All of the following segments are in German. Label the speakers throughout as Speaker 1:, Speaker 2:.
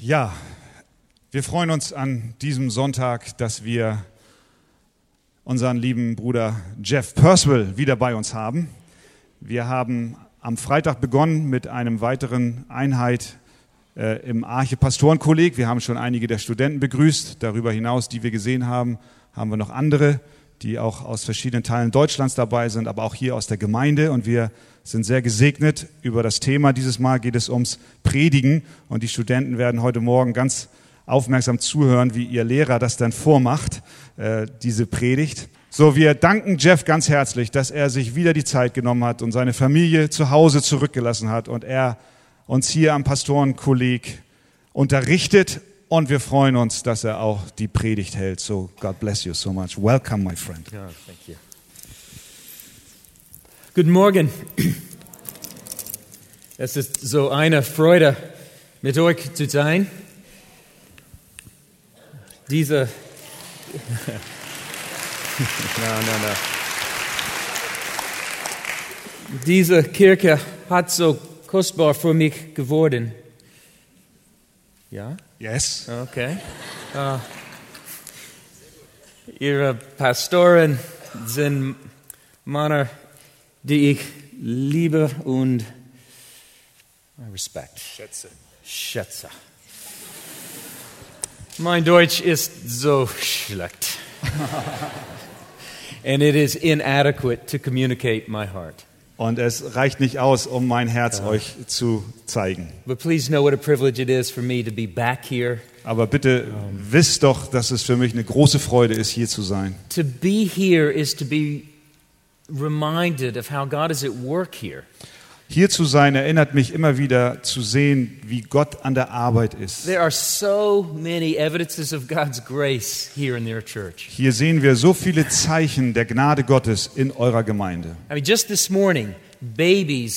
Speaker 1: Ja, wir freuen uns an diesem Sonntag, dass wir unseren lieben Bruder Jeff Percival wieder bei uns haben. Wir haben am Freitag begonnen mit einem weiteren Einheit äh, im Arche Pastorenkolleg. Wir haben schon einige der Studenten begrüßt. Darüber hinaus, die wir gesehen haben, haben wir noch andere, die auch aus verschiedenen Teilen Deutschlands dabei sind, aber auch hier aus der Gemeinde. Und wir sind sehr gesegnet über das Thema. Dieses Mal geht es ums Predigen. Und die Studenten werden heute Morgen ganz aufmerksam zuhören, wie ihr Lehrer das dann vormacht, äh, diese Predigt. So, wir danken Jeff ganz herzlich, dass er sich wieder die Zeit genommen hat und seine Familie zu Hause zurückgelassen hat und er uns hier am Pastorenkolleg unterrichtet und wir freuen uns, dass er auch die Predigt hält. So, God bless you so much. Welcome, my friend.
Speaker 2: Ja, thank you. Guten Morgen. Es ist so eine Freude, mit euch zu sein. Diese. no, no, no. Diese Kirche hat so kostbar für mich geworden. Ja?
Speaker 1: Yes.
Speaker 2: Okay. Uh, ihre Pastoren sind Männer, die ich liebe und Respekt. Schätze. Schätze. Mein Deutsch ist so schlecht. And it is inadequate to communicate my heart.
Speaker 1: Und es reicht nicht aus, um mein Herz euch zu zeigen.
Speaker 2: But please know what a privilege it is for me to be back here,
Speaker 1: Aber bitte wisst doch, dass es für mich eine große Freude ist, hier zu sein.
Speaker 2: To be here is to be reminded of how God is at work here.
Speaker 1: Hier zu sein erinnert mich immer wieder zu sehen, wie Gott an der Arbeit ist.
Speaker 2: There are so many evidences of God's grace here in their church.
Speaker 1: Hier sehen wir so viele Zeichen der Gnade Gottes in eurer Gemeinde.
Speaker 2: I mean, just this morning, babies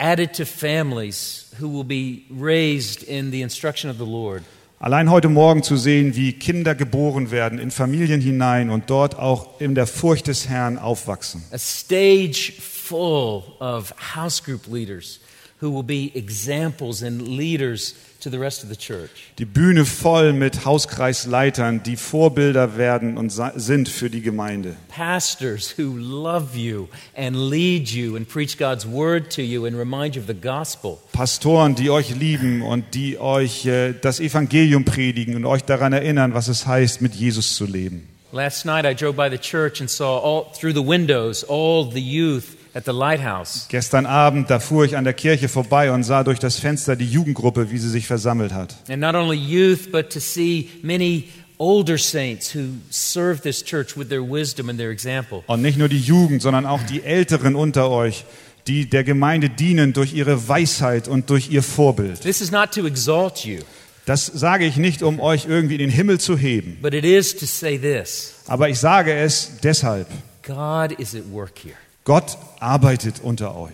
Speaker 2: added to families who will be raised in the instruction of the Lord.
Speaker 1: Allein heute Morgen zu sehen, wie Kinder geboren werden in Familien hinein und dort auch in der Furcht des Herrn aufwachsen.
Speaker 2: A stage full of house group leaders who will be examples and leaders to the rest of the church.
Speaker 1: Die Bühne voll mit Hauskreisleitern, die Vorbilder werden und sa- sind für die Gemeinde.
Speaker 2: Pastors who love you and lead you and preach God's word to you and remind you of the gospel.
Speaker 1: Pastoren, die euch lieben und die euch äh, das Evangelium predigen und euch daran erinnern, was es heißt, mit Jesus zu leben.
Speaker 2: Last night I drove by the church and saw all through the windows all the youth at the lighthouse.
Speaker 1: Gestern Abend, da fuhr ich an der Kirche vorbei und sah durch das Fenster die Jugendgruppe, wie sie sich versammelt hat.
Speaker 2: And not only youth, but to see many older saints who serve this church with their wisdom and their example.
Speaker 1: Und nicht nur die Jugend, sondern auch die Älteren unter euch, die der Gemeinde dienen durch ihre Weisheit und durch ihr Vorbild.
Speaker 2: This is not to exalt you,
Speaker 1: Das sage ich nicht, um euch irgendwie in den Himmel zu heben,
Speaker 2: but it is to say this
Speaker 1: aber ich sage es deshalb.
Speaker 2: God is at work here.
Speaker 1: Gott arbeitet unter euch.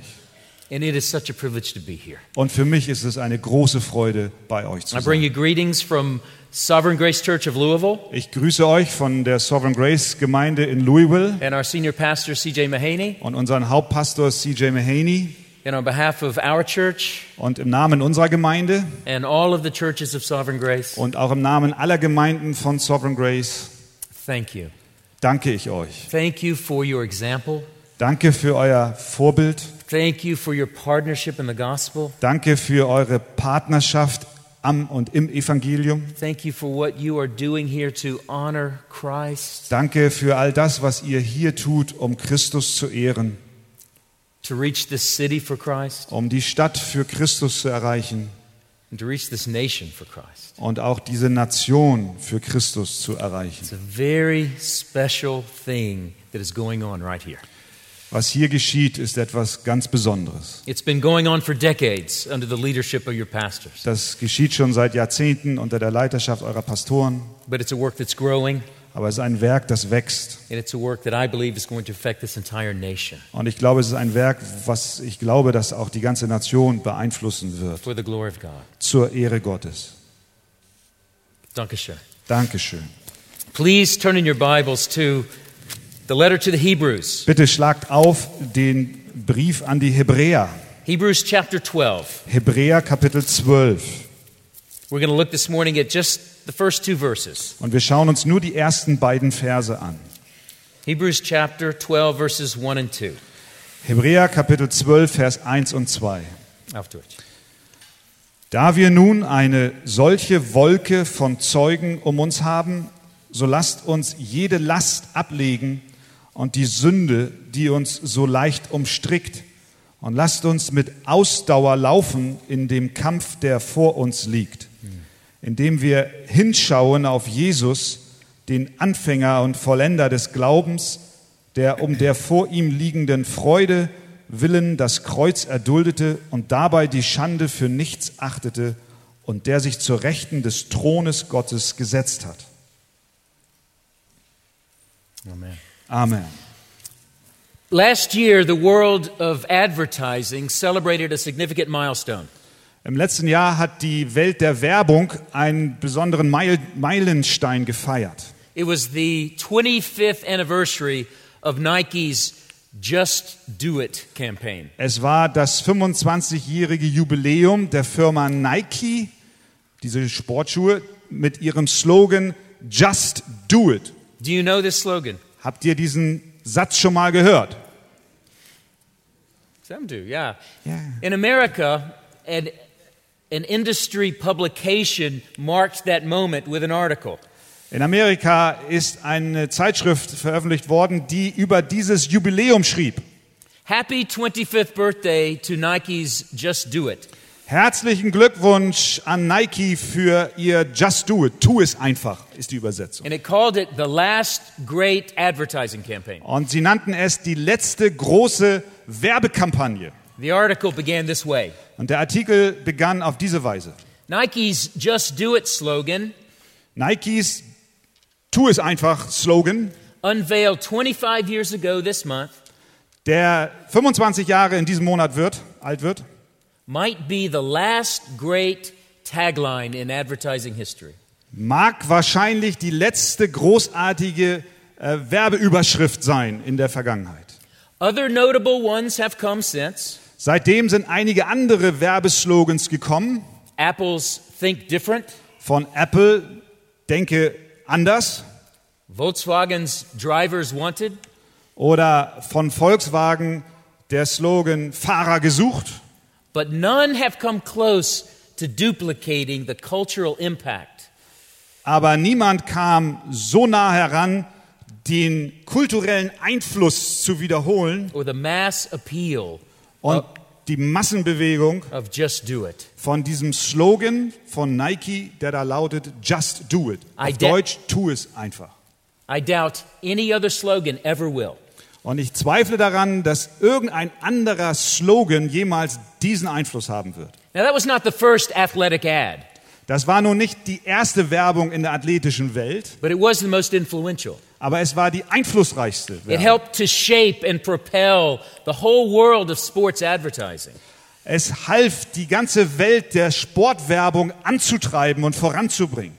Speaker 2: And it is such a privilege to be here.
Speaker 1: Und für mich ist es eine große Freude, bei euch zu
Speaker 2: I
Speaker 1: sein.
Speaker 2: bring you greetings from Sovereign Grace Church of Louisville
Speaker 1: Ich grüße euch von der Sovereign Grace Gemeinde in Louisville
Speaker 2: and our senior pastor, CJ Mahaney.
Speaker 1: und unseren Hauptpastor CJ Mahaney
Speaker 2: And on behalf of our church
Speaker 1: und im Namen unserer Gemeinde
Speaker 2: and all of the churches of Sovereign Grace,
Speaker 1: und auch im Namen aller Gemeinden von Sovereign Grace
Speaker 2: thank you.
Speaker 1: danke ich euch.
Speaker 2: Thank you for your example.
Speaker 1: Danke für euer Vorbild.
Speaker 2: Thank you for your partnership in the gospel.
Speaker 1: Danke für eure Partnerschaft am und im Evangelium.
Speaker 2: Thank you for what you are doing here to honor Christ,
Speaker 1: Danke für all das, was ihr hier tut, um Christus zu ehren,
Speaker 2: to reach this city for Christ,
Speaker 1: um die Stadt für Christus zu erreichen
Speaker 2: and to reach this nation for Christ.
Speaker 1: und auch diese Nation für Christus zu erreichen.
Speaker 2: It's a very special thing that is going on right here.
Speaker 1: Was hier geschieht, ist etwas ganz Besonderes.
Speaker 2: It's been going on for decades under the leadership of your pastors,
Speaker 1: Das geschieht schon seit Jahrzehnten unter der Leiterschaft eurer Pastoren,
Speaker 2: but it's a work that's growing,
Speaker 1: aber es ist ein Werk, das wächst.
Speaker 2: and it's a work that I believe is going to affect this entire nation
Speaker 1: Und ich glaube, es ist ein Werk, was ich glaube, dass auch die ganze Nation beeinflussen wird,
Speaker 2: for the glory of God.
Speaker 1: zur Ehre Gottes.
Speaker 2: Danke schön.
Speaker 1: Dankeschön.
Speaker 2: Please turn in your Bibles to the letter to the Hebrews,
Speaker 1: Bitte schlagt auf den Brief an die Hebräer.
Speaker 2: Hebrews chapter 12.
Speaker 1: Hebräer Kapitel 12.
Speaker 2: We're going to look this morning at just the first two verses.
Speaker 1: Und wir schauen uns nur die ersten beiden Verse an.
Speaker 2: Hebrews chapter 12, verses 1 and 2.
Speaker 1: Hebräer Kapitel 12, Vers 1 und 2.
Speaker 2: Auf Deutsch.
Speaker 1: Da wir nun eine solche Wolke von Zeugen um uns haben, so lasst uns jede Last ablegen und die Sünde, die uns so leicht umstrickt, und lasst uns mit Ausdauer laufen in dem Kampf, der vor uns liegt, indem wir hinschauen auf Jesus, den Anfänger und Vollender des Glaubens, der um der vor ihm liegenden Freude willen das Kreuz erduldete und dabei die Schande für nichts achtete und der sich zur Rechten des Thrones Gottes gesetzt hat.
Speaker 2: Amen.
Speaker 1: Amen.
Speaker 2: Last year, the world of advertising celebrated a significant milestone.
Speaker 1: Im letzten Jahr hat die Welt der Werbung einen besonderen Meil Meilenstein gefeiert.
Speaker 2: It was the 25th anniversary of Nike's Just Do It campaign.
Speaker 1: Es war das 25-jährige Jubiläum der Firma Nike, diese Sportschuhe, mit ihrem Slogan Just Do It.
Speaker 2: Do you know this slogan?
Speaker 1: Habt ihr diesen Satz schon mal gehört?
Speaker 2: Some do, yeah.
Speaker 1: Yeah.
Speaker 2: In America, an, an industry publication marked that moment with an article.
Speaker 1: In Amerika ist eine Zeitschrift veröffentlicht worden, die über dieses Jubiläum schrieb.
Speaker 2: Happy 25th birthday to Nike's Just Do It.
Speaker 1: Herzlichen Glückwunsch an Nike für ihr Just Do It. Tu es einfach, ist die Übersetzung.
Speaker 2: And it called it the last great advertising campaign.
Speaker 1: Und sie nannten es die letzte große Werbekampagne.
Speaker 2: The article began this way
Speaker 1: Und der Artikel begann auf diese Weise.
Speaker 2: Nike's Just Do It slogan
Speaker 1: Nikes Tu es einfach Slogan,
Speaker 2: unveiled 25 years ago this month
Speaker 1: der 25 Jahre in diesem Monat wird, alt wird,
Speaker 2: might be the last great tagline in advertising history.
Speaker 1: mag wahrscheinlich die letzte großartige äh, Werbeüberschrift sein in der Vergangenheit.
Speaker 2: Other notable ones have come since.
Speaker 1: Seitdem sind einige andere Werbeslogans gekommen
Speaker 2: Apple's Think Different,
Speaker 1: von Apple, denke anders
Speaker 2: Volkswagen's Drivers Wanted,
Speaker 1: oder von Volkswagen der Slogan Fahrer gesucht.
Speaker 2: but none have come close to duplicating the cultural impact
Speaker 1: Aber niemand kam so nah heran, den kulturellen Einfluss zu wiederholen
Speaker 2: or the mass appeal
Speaker 1: und
Speaker 2: Äh.
Speaker 1: die Massenbewegung
Speaker 2: of Just Do It.
Speaker 1: von diesem Slogan von Nike, der da lautet Just Do It. Auf
Speaker 2: I de-
Speaker 1: Deutsch, tu es einfach.
Speaker 2: I doubt any other slogan ever will.
Speaker 1: Und ich zweifle daran, dass irgendein anderer Slogan jemals diesen Einfluss haben wird.
Speaker 2: Now, that was not the first athletic ad,
Speaker 1: Das war nun nicht die erste Werbung in der athletischen Welt,
Speaker 2: but it was the most influential.
Speaker 1: aber es war die einflussreichste
Speaker 2: It
Speaker 1: Werbung.
Speaker 2: helped to shape and propel the whole world of sports advertising.
Speaker 1: Es half, die ganze Welt der Sportwerbung anzutreiben und voranzubringen.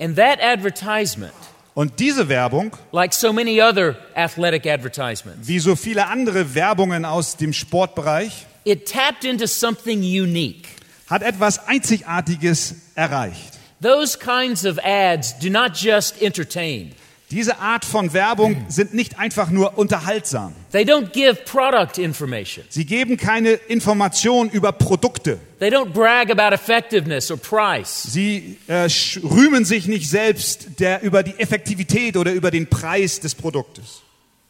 Speaker 2: And that advertisement,
Speaker 1: Und diese Werbung,
Speaker 2: like so many other athletic advertisements,
Speaker 1: wie so viele andere Werbungen aus dem Sportbereich,
Speaker 2: it tapped into something unique.
Speaker 1: hat etwas Einzigartiges erreicht.
Speaker 2: Those kinds of ads do not just entertain,
Speaker 1: Diese Art von Werbung sind nicht einfach nur unterhaltsam.
Speaker 2: they don't give product information,
Speaker 1: Sie geben keine Information über Produkte.
Speaker 2: they don't brag about effectiveness or price.
Speaker 1: Sie äh, sch- rühmen sich nicht selbst der, über die Effektivität oder über den Preis des Produktes.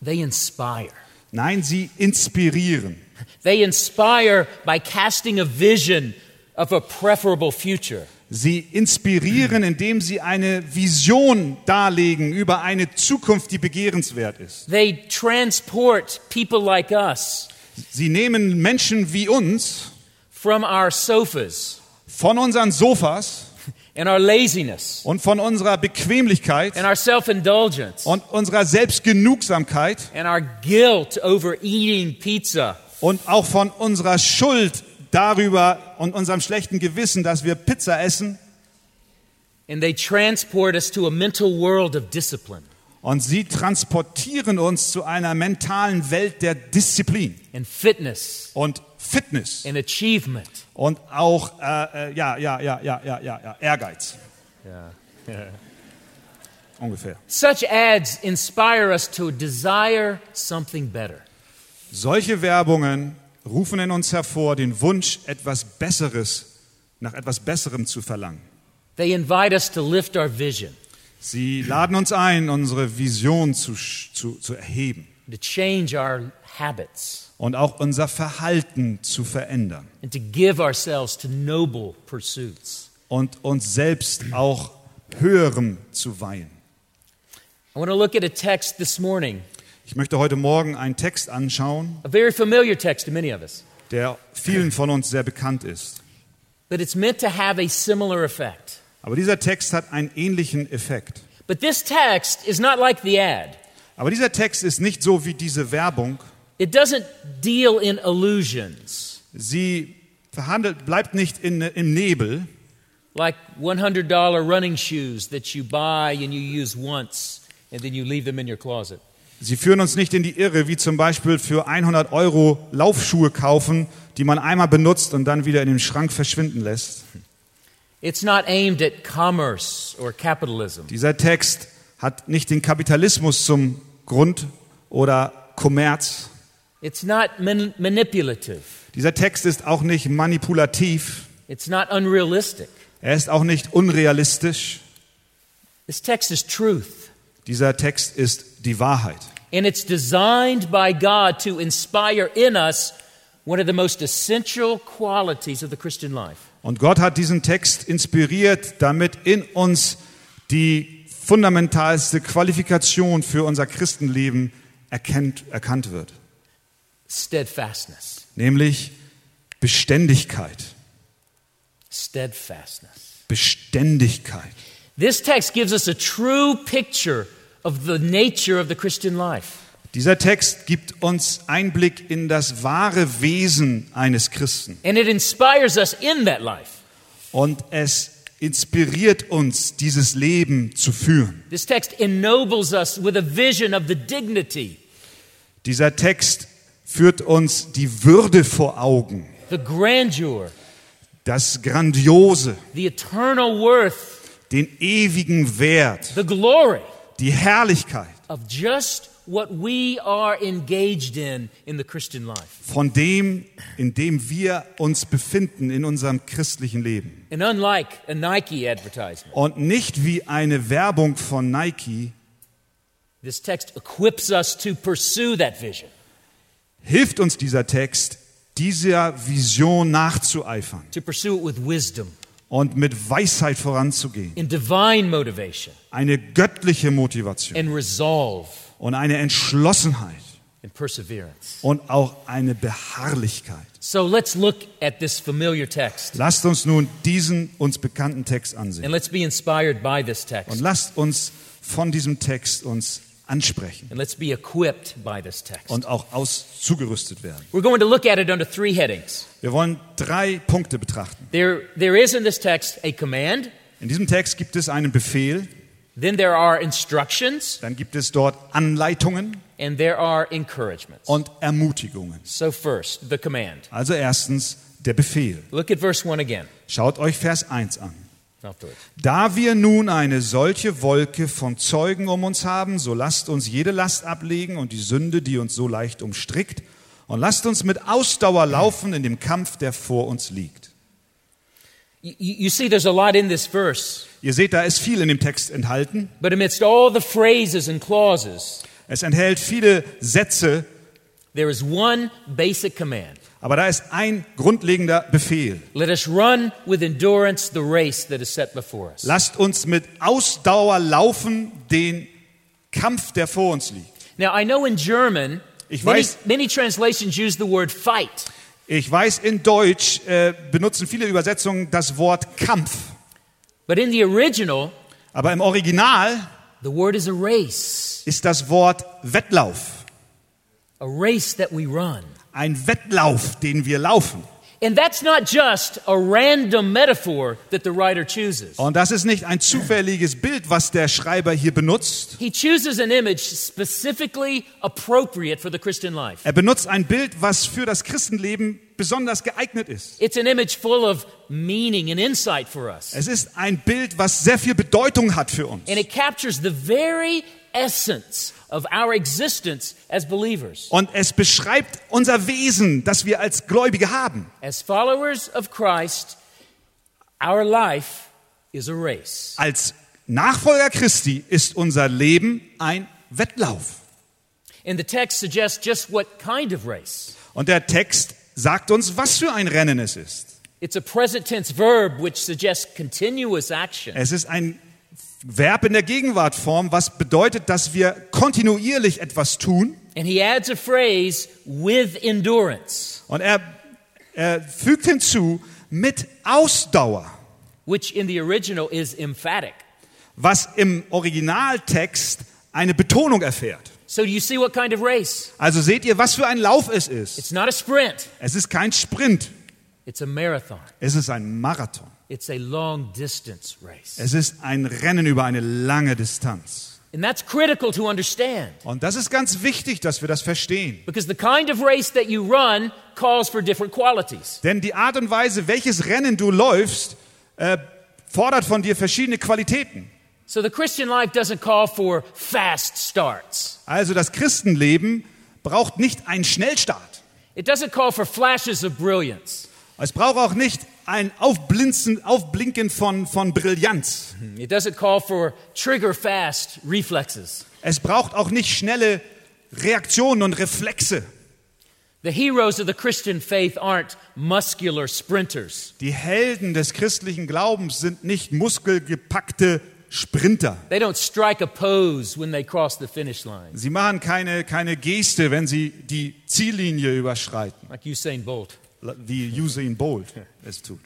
Speaker 2: They inspire.
Speaker 1: Nein, sie inspirieren.
Speaker 2: They inspire by casting a vision of a preferable future.
Speaker 1: Sie inspirieren, indem sie eine Vision darlegen über eine Zukunft, die begehrenswert ist.
Speaker 2: They transport people like us
Speaker 1: Sie nehmen Menschen wie uns
Speaker 2: from our sofas
Speaker 1: von unseren Sofas
Speaker 2: and our laziness
Speaker 1: und von unserer Bequemlichkeit
Speaker 2: and our self indulgence
Speaker 1: und unserer Selbstgenugsamkeit
Speaker 2: and our guilt over eating pizza
Speaker 1: und auch von unserer Schuld darüber und unserem schlechten Gewissen, dass wir Pizza essen.
Speaker 2: and they transport us to a mental world of discipline
Speaker 1: Und sie transportieren uns zu einer mentalen Welt der Disziplin
Speaker 2: and fitness
Speaker 1: und Fitness
Speaker 2: and achievement.
Speaker 1: und auch äh, äh, ja, ja, ja, ja, ja, ja, ja, Ehrgeiz ungefähr.
Speaker 2: Such ads inspire us to desire something better.
Speaker 1: Solche Werbungen rufen in uns hervor den Wunsch, etwas Besseres, nach etwas Besserem zu verlangen.
Speaker 2: They invite us to lift our vision,
Speaker 1: Sie laden uns ein, unsere Vision zu, sch- zu, zu erheben
Speaker 2: to change our habits,
Speaker 1: und auch unser Verhalten zu verändern
Speaker 2: and to give ourselves to noble pursuits.
Speaker 1: und uns selbst auch höherem zu weihen.
Speaker 2: I want to look at a text this morning,
Speaker 1: Ich möchte heute Morgen einen Text anschauen,
Speaker 2: a very familiar text to many of us,
Speaker 1: der vielen von uns sehr bekannt ist.
Speaker 2: but it's meant to have a similar effect.
Speaker 1: Aber dieser Text hat einen ähnlichen Effekt.
Speaker 2: But this text is not like the ad.
Speaker 1: Aber dieser Text ist nicht so wie diese Werbung.
Speaker 2: It doesn't deal in illusions,
Speaker 1: Sie verhandelt, bleibt nicht in, im Nebel,
Speaker 2: like $100 running shoes that you buy and you use once and then you leave them in your closet.
Speaker 1: Sie führen uns nicht in die Irre, wie zum Beispiel für 100 Euro Laufschuhe kaufen, die man einmal benutzt und dann wieder in den Schrank verschwinden lässt.
Speaker 2: It's not aimed at commerce or capitalism.
Speaker 1: Dieser Text hat nicht den Kapitalismus zum Grund oder Kommerz.
Speaker 2: It's not man- manipulative.
Speaker 1: Dieser Text ist auch nicht manipulativ.
Speaker 2: It's not unrealistic.
Speaker 1: Er ist auch nicht unrealistisch.
Speaker 2: This text is truth.
Speaker 1: Dieser Text ist die Wahrheit.
Speaker 2: And it's designed by God to inspire in us one of the most essential qualities of the Christian life
Speaker 1: Und Gott hat diesen Text inspiriert, damit in uns die fundamentalste Qualifikation für unser Christenleben erkennt, erkannt wird,
Speaker 2: steadfastness.
Speaker 1: nämlich Beständigkeit.
Speaker 2: Steadfastness.
Speaker 1: Beständigkeit.
Speaker 2: This text gives us a true picture of the nature of the Christian life.
Speaker 1: Dieser Text gibt uns Einblick in das wahre Wesen eines Christen
Speaker 2: And it inspires us in that life.
Speaker 1: und es inspiriert uns, dieses Leben zu führen.
Speaker 2: This text ennobles us with a vision of the dignity,
Speaker 1: Dieser Text führt uns die Würde vor Augen,
Speaker 2: the grandeur,
Speaker 1: das Grandiose,
Speaker 2: the eternal worth,
Speaker 1: den ewigen Wert,
Speaker 2: the glory
Speaker 1: die Herrlichkeit
Speaker 2: of just what we are engaged in in the Christian life.
Speaker 1: von dem, in dem wir uns befinden in unserem christlichen Leben.
Speaker 2: And unlike a Nike advertisement,
Speaker 1: Und nicht wie eine Werbung von Nike
Speaker 2: this text equips us to pursue that vision,
Speaker 1: hilft uns dieser Text, dieser Vision nachzueifern
Speaker 2: to pursue it with wisdom
Speaker 1: und mit Weisheit voranzugehen.
Speaker 2: in divine motivation
Speaker 1: Eine göttliche Motivation
Speaker 2: and resolve
Speaker 1: und eine Entschlossenheit
Speaker 2: and perseverance.
Speaker 1: und auch eine Beharrlichkeit.
Speaker 2: So let's look at this familiar text
Speaker 1: Lasst uns nun diesen uns bekannten Text ansehen
Speaker 2: and let's be inspired by this
Speaker 1: und
Speaker 2: text
Speaker 1: lasst uns von diesem Text uns ansprechen
Speaker 2: and let's be equipped by this text.
Speaker 1: und auch aus zugerüstet werden.
Speaker 2: We're going to look at it under three headings.
Speaker 1: Wir wollen drei Punkte betrachten.
Speaker 2: There, there is in this text a command,
Speaker 1: In diesem Text gibt es einen Befehl,
Speaker 2: then there are instructions,
Speaker 1: dann gibt es dort Anleitungen
Speaker 2: and there are encouragements.
Speaker 1: und Ermutigungen.
Speaker 2: So, first, the command.
Speaker 1: Also erstens der Befehl.
Speaker 2: Look at verse 1 again.
Speaker 1: Schaut euch Vers 1 an.
Speaker 2: Afterwards.
Speaker 1: Da wir nun eine solche Wolke von Zeugen um uns haben, so lasst uns jede Last ablegen und die Sünde, die uns so leicht umstrickt, und lasst uns mit Ausdauer laufen in dem Kampf, der vor uns liegt.
Speaker 2: You, you you see, there's a lot in this verse,
Speaker 1: Ihr seht, da ist viel in dem Text enthalten.
Speaker 2: but amidst all the phrases and clauses,
Speaker 1: Es enthält viele Sätze,
Speaker 2: there is one basic command
Speaker 1: aber da ist ein grundlegender Befehl.
Speaker 2: Let us run with endurance the race that is set before us.
Speaker 1: Lasst uns mit Ausdauer laufen den Kampf, der vor uns liegt.
Speaker 2: Now, I know in German,
Speaker 1: Ich
Speaker 2: many,
Speaker 1: weiß-
Speaker 2: many translations use the word fight.
Speaker 1: Ich weiß, in Deutsch äh, benutzen viele Übersetzungen das Wort Kampf,
Speaker 2: But in the original,
Speaker 1: aber im Original
Speaker 2: the word is a race,
Speaker 1: ist das Wort Wettlauf.
Speaker 2: a race that we run.
Speaker 1: Ein Wettlauf, den wir laufen.
Speaker 2: And that's not just a random metaphor that the writer chooses.
Speaker 1: Und das ist nicht ein zufälliges Bild, was der Schreiber hier benutzt.
Speaker 2: He chooses an image specifically appropriate for the Christian life.
Speaker 1: Er benutzt ein Bild, was für das Christenleben besonders geeignet ist.
Speaker 2: It's an image full of meaning and insight for us.
Speaker 1: Es ist ein Bild, was sehr viel Bedeutung hat für uns.
Speaker 2: And it captures the very essence of our existence as believers.
Speaker 1: Und es beschreibt unser Wesen, das wir als Gläubige haben.
Speaker 2: As followers of Christ, our life is a race.
Speaker 1: Als Nachfolger Christi ist unser Leben ein Wettlauf.
Speaker 2: And the text suggests just what kind of race.
Speaker 1: Und der Text sagt uns, was für ein Rennen es ist.
Speaker 2: It's a present tense verb which suggests continuous action.
Speaker 1: Es ist ein Verb in der Gegenwartform, was bedeutet, dass wir kontinuierlich etwas tun.
Speaker 2: And he adds a phrase with endurance,
Speaker 1: Und er, er fügt hinzu mit Ausdauer,
Speaker 2: which in the original is emphatic.
Speaker 1: was im Originaltext eine Betonung erfährt.
Speaker 2: So do you see what kind of race?
Speaker 1: Also seht ihr, was für ein Lauf es ist.
Speaker 2: It's not a sprint,
Speaker 1: Es ist kein Sprint,
Speaker 2: it's a marathon.
Speaker 1: es ist ein Marathon.
Speaker 2: It's a long distance race.
Speaker 1: Es ist ein Rennen über eine lange Distanz.
Speaker 2: And that's critical to understand
Speaker 1: Und das ist ganz wichtig, dass wir das verstehen.
Speaker 2: because the kind of race that you run calls for different qualities.
Speaker 1: Denn die Art und Weise, welches Rennen du läufst, äh, fordert von dir verschiedene Qualitäten.
Speaker 2: So the Christian life doesn't call for fast starts,
Speaker 1: Also das Christenleben braucht nicht einen Schnellstart.
Speaker 2: it doesn't call for flashes of brilliance,
Speaker 1: Es braucht auch nicht ein Aufblinzen, Aufblinken von, von Brillanz.
Speaker 2: it doesn't call for trigger fast reflexes.
Speaker 1: Es braucht auch nicht schnelle Reaktionen und Reflexe.
Speaker 2: The heroes of the Christian faith aren't muscular sprinters.
Speaker 1: Die Helden des christlichen Glaubens sind nicht muskelgepackte Sprinter.
Speaker 2: They don't strike a pose when they cross the finish line,
Speaker 1: Sie machen keine, keine Geste, wenn sie die Ziellinie überschreiten,
Speaker 2: like Usain Bolt.
Speaker 1: wie Usain Bolt es tut.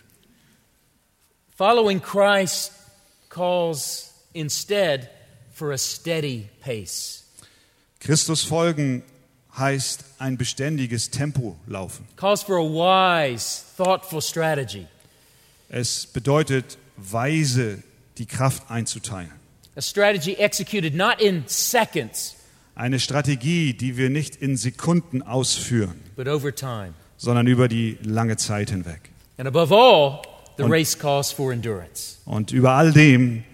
Speaker 2: Following Christ calls instead for a steady pace,
Speaker 1: Christus folgen heißt ein beständiges Tempo laufen.
Speaker 2: calls for a wise, thoughtful strategy,
Speaker 1: Es bedeutet weise die Kraft einzuteilen.
Speaker 2: a strategy executed not in seconds,
Speaker 1: Eine Strategie, die wir nicht in Sekunden ausführen,
Speaker 2: but over time.
Speaker 1: sondern über die lange Zeit hinweg.
Speaker 2: And above all, the
Speaker 1: Und-
Speaker 2: race calls for endurance.
Speaker 1: Und über all dem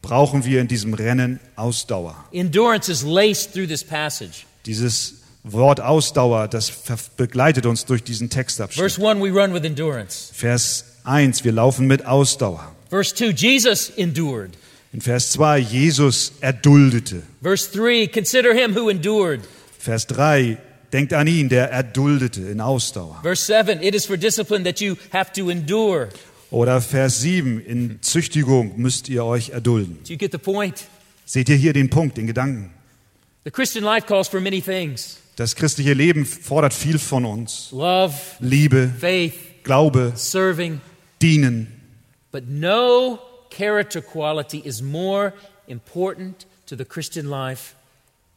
Speaker 1: brauchen wir in diesem Rennen Ausdauer.
Speaker 2: Endurance is laced through this passage.
Speaker 1: Dieses Wort Ausdauer, das ver- begleitet uns durch diesen Textabschnitt.
Speaker 2: Verse 1, we run with endurance.
Speaker 1: Vers 1, wir laufen mit Ausdauer.
Speaker 2: Verse 2, Jesus endured.
Speaker 1: In Vers 2, Jesus erduldete.
Speaker 2: Verse 3 Consider him who endured.
Speaker 1: Vers 3, denkt an ihn, der erduldete in Ausdauer.
Speaker 2: Verse 7 It is for discipline that you have to endure.
Speaker 1: Oder Vers 7, in Züchtigung müsst ihr euch erdulden.
Speaker 2: Do you get the point?
Speaker 1: Seht ihr hier den Punkt, den Gedanken?
Speaker 2: The Christian life calls for many things
Speaker 1: Das christliche Leben fordert viel von uns.
Speaker 2: love,
Speaker 1: Liebe,
Speaker 2: faith,
Speaker 1: Glaube,
Speaker 2: serving.
Speaker 1: Dienen.
Speaker 2: But no character quality is more important to the Christian life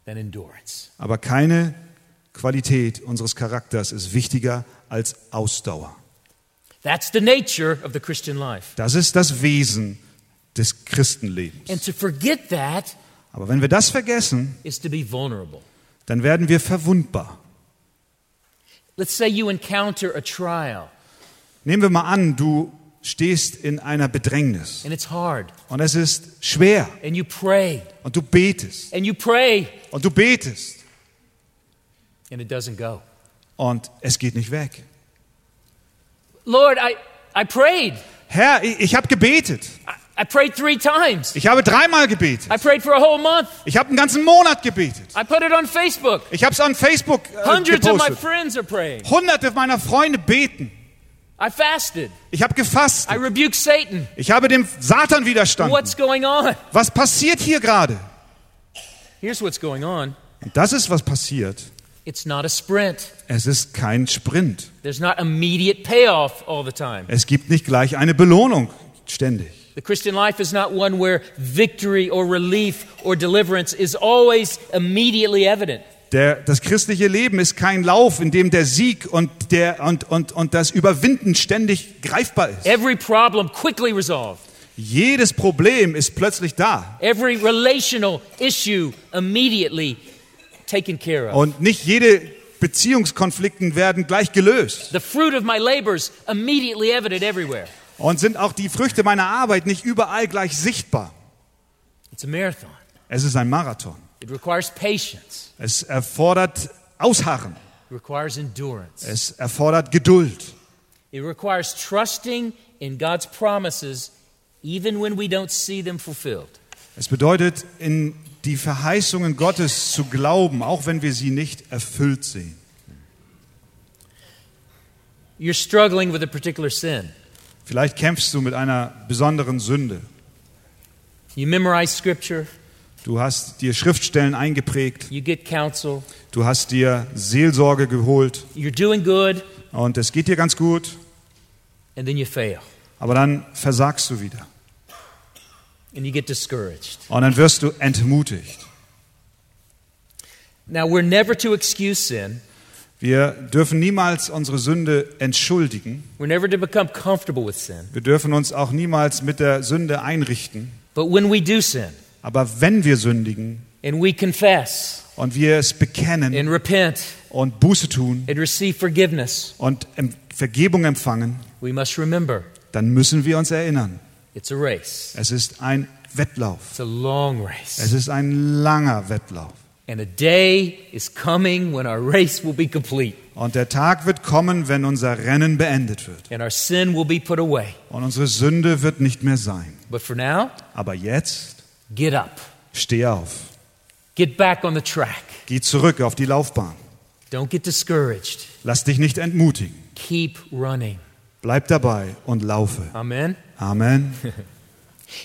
Speaker 2: than endurance.
Speaker 1: Aber keine Qualität unseres Charakters ist wichtiger als Ausdauer.
Speaker 2: That's the nature of the Christian life.
Speaker 1: Das ist das Wesen des
Speaker 2: And
Speaker 1: Christenlebens.
Speaker 2: to forget that
Speaker 1: Aber wenn wir das vergessen,
Speaker 2: is to be vulnerable.
Speaker 1: dann werden wir verwundbar.
Speaker 2: Let's say you encounter a trial
Speaker 1: Nehmen wir mal an, du stehst in einer Bedrängnis
Speaker 2: and it's hard,
Speaker 1: und es ist schwer
Speaker 2: and you pray,
Speaker 1: und du betest
Speaker 2: and you pray,
Speaker 1: und du betest
Speaker 2: and it doesn't go.
Speaker 1: und es geht nicht weg.
Speaker 2: Lord, I, I prayed.
Speaker 1: Herr, ich, ich habe gebetet.
Speaker 2: I, I prayed three times.
Speaker 1: Ich habe dreimal gebetet.
Speaker 2: I prayed for a whole month.
Speaker 1: Ich habe einen ganzen Monat gebetet.
Speaker 2: I put it on Facebook.
Speaker 1: Ich habe es an Facebook äh,
Speaker 2: Hundreds of my
Speaker 1: gepostet.
Speaker 2: friends are praying.
Speaker 1: Hunderte meiner Freunde beten.
Speaker 2: I fasted.
Speaker 1: Ich habe gefasst.
Speaker 2: I rebuked Satan.
Speaker 1: Ich habe dem Satan widerstanden.
Speaker 2: What's going on?
Speaker 1: Was passiert hier gerade?
Speaker 2: Here's what's going on
Speaker 1: Und das ist, was passiert.
Speaker 2: it's not a sprint,
Speaker 1: Es ist kein Sprint.
Speaker 2: there's not immediate payoff all the time.
Speaker 1: Es gibt nicht gleich eine Belohnung ständig.
Speaker 2: The Christian life is not one where victory or relief or deliverance is always immediately evident.
Speaker 1: Der, das christliche Leben ist kein Lauf, in dem der Sieg und, der, und, und, und das Überwinden ständig greifbar ist.
Speaker 2: Every problem quickly resolved.
Speaker 1: Jedes Problem ist plötzlich da
Speaker 2: Every relational issue immediately taken care of.
Speaker 1: und nicht jede Beziehungskonflikten werden gleich gelöst
Speaker 2: The fruit of my labors immediately evident everywhere.
Speaker 1: und sind auch die Früchte meiner Arbeit nicht überall gleich sichtbar.
Speaker 2: It's a marathon.
Speaker 1: Es ist ein Marathon.
Speaker 2: It requires patience.
Speaker 1: Es erfordert Ausharren.
Speaker 2: It requires endurance.
Speaker 1: Es erfordert Geduld.
Speaker 2: It requires trusting in God's promises even when we don't see them fulfilled.
Speaker 1: Es bedeutet, in die Verheißungen Gottes zu glauben, auch wenn wir sie nicht erfüllt sehen.
Speaker 2: You're struggling with a particular sin.
Speaker 1: Vielleicht kämpfst du mit einer besonderen Sünde.
Speaker 2: You memorize scripture,
Speaker 1: Du hast dir Schriftstellen eingeprägt,
Speaker 2: you get counsel,
Speaker 1: du hast dir Seelsorge geholt
Speaker 2: you're doing good,
Speaker 1: und es geht dir ganz gut,
Speaker 2: and then you fail
Speaker 1: aber dann versagst du wieder
Speaker 2: and you get discouraged.
Speaker 1: und dann wirst du entmutigt.
Speaker 2: Now, we're never to excuse sin.
Speaker 1: Wir dürfen niemals unsere Sünde entschuldigen.
Speaker 2: We're never to become comfortable with sin.
Speaker 1: Wir dürfen uns auch niemals mit der Sünde einrichten.
Speaker 2: But when we do sin
Speaker 1: Aber wenn wir sündigen
Speaker 2: and we confess
Speaker 1: und wir es bekennen
Speaker 2: and repent
Speaker 1: und Buße tun
Speaker 2: and receive forgiveness,
Speaker 1: und em- Vergebung empfangen,
Speaker 2: we must remember
Speaker 1: dann müssen wir uns erinnern,
Speaker 2: it's a race.
Speaker 1: es ist ein Wettlauf.
Speaker 2: It's a long
Speaker 1: Es
Speaker 2: race.
Speaker 1: ist ein langer Wettlauf.
Speaker 2: And a day is coming when our race will be complete
Speaker 1: Und der Tag wird kommen, wenn unser Rennen beendet wird.
Speaker 2: and our sin will be put away.
Speaker 1: Und unsere Sünde wird nicht mehr sein.
Speaker 2: But for now,
Speaker 1: Aber jetzt
Speaker 2: get up,
Speaker 1: steh auf.
Speaker 2: get back on the track.
Speaker 1: Geh zurück auf die Laufbahn.
Speaker 2: Don't get discouraged.
Speaker 1: Lass dich nicht entmutigen.
Speaker 2: Keep running.
Speaker 1: Bleib dabei und laufe.
Speaker 2: Amen.
Speaker 1: Amen.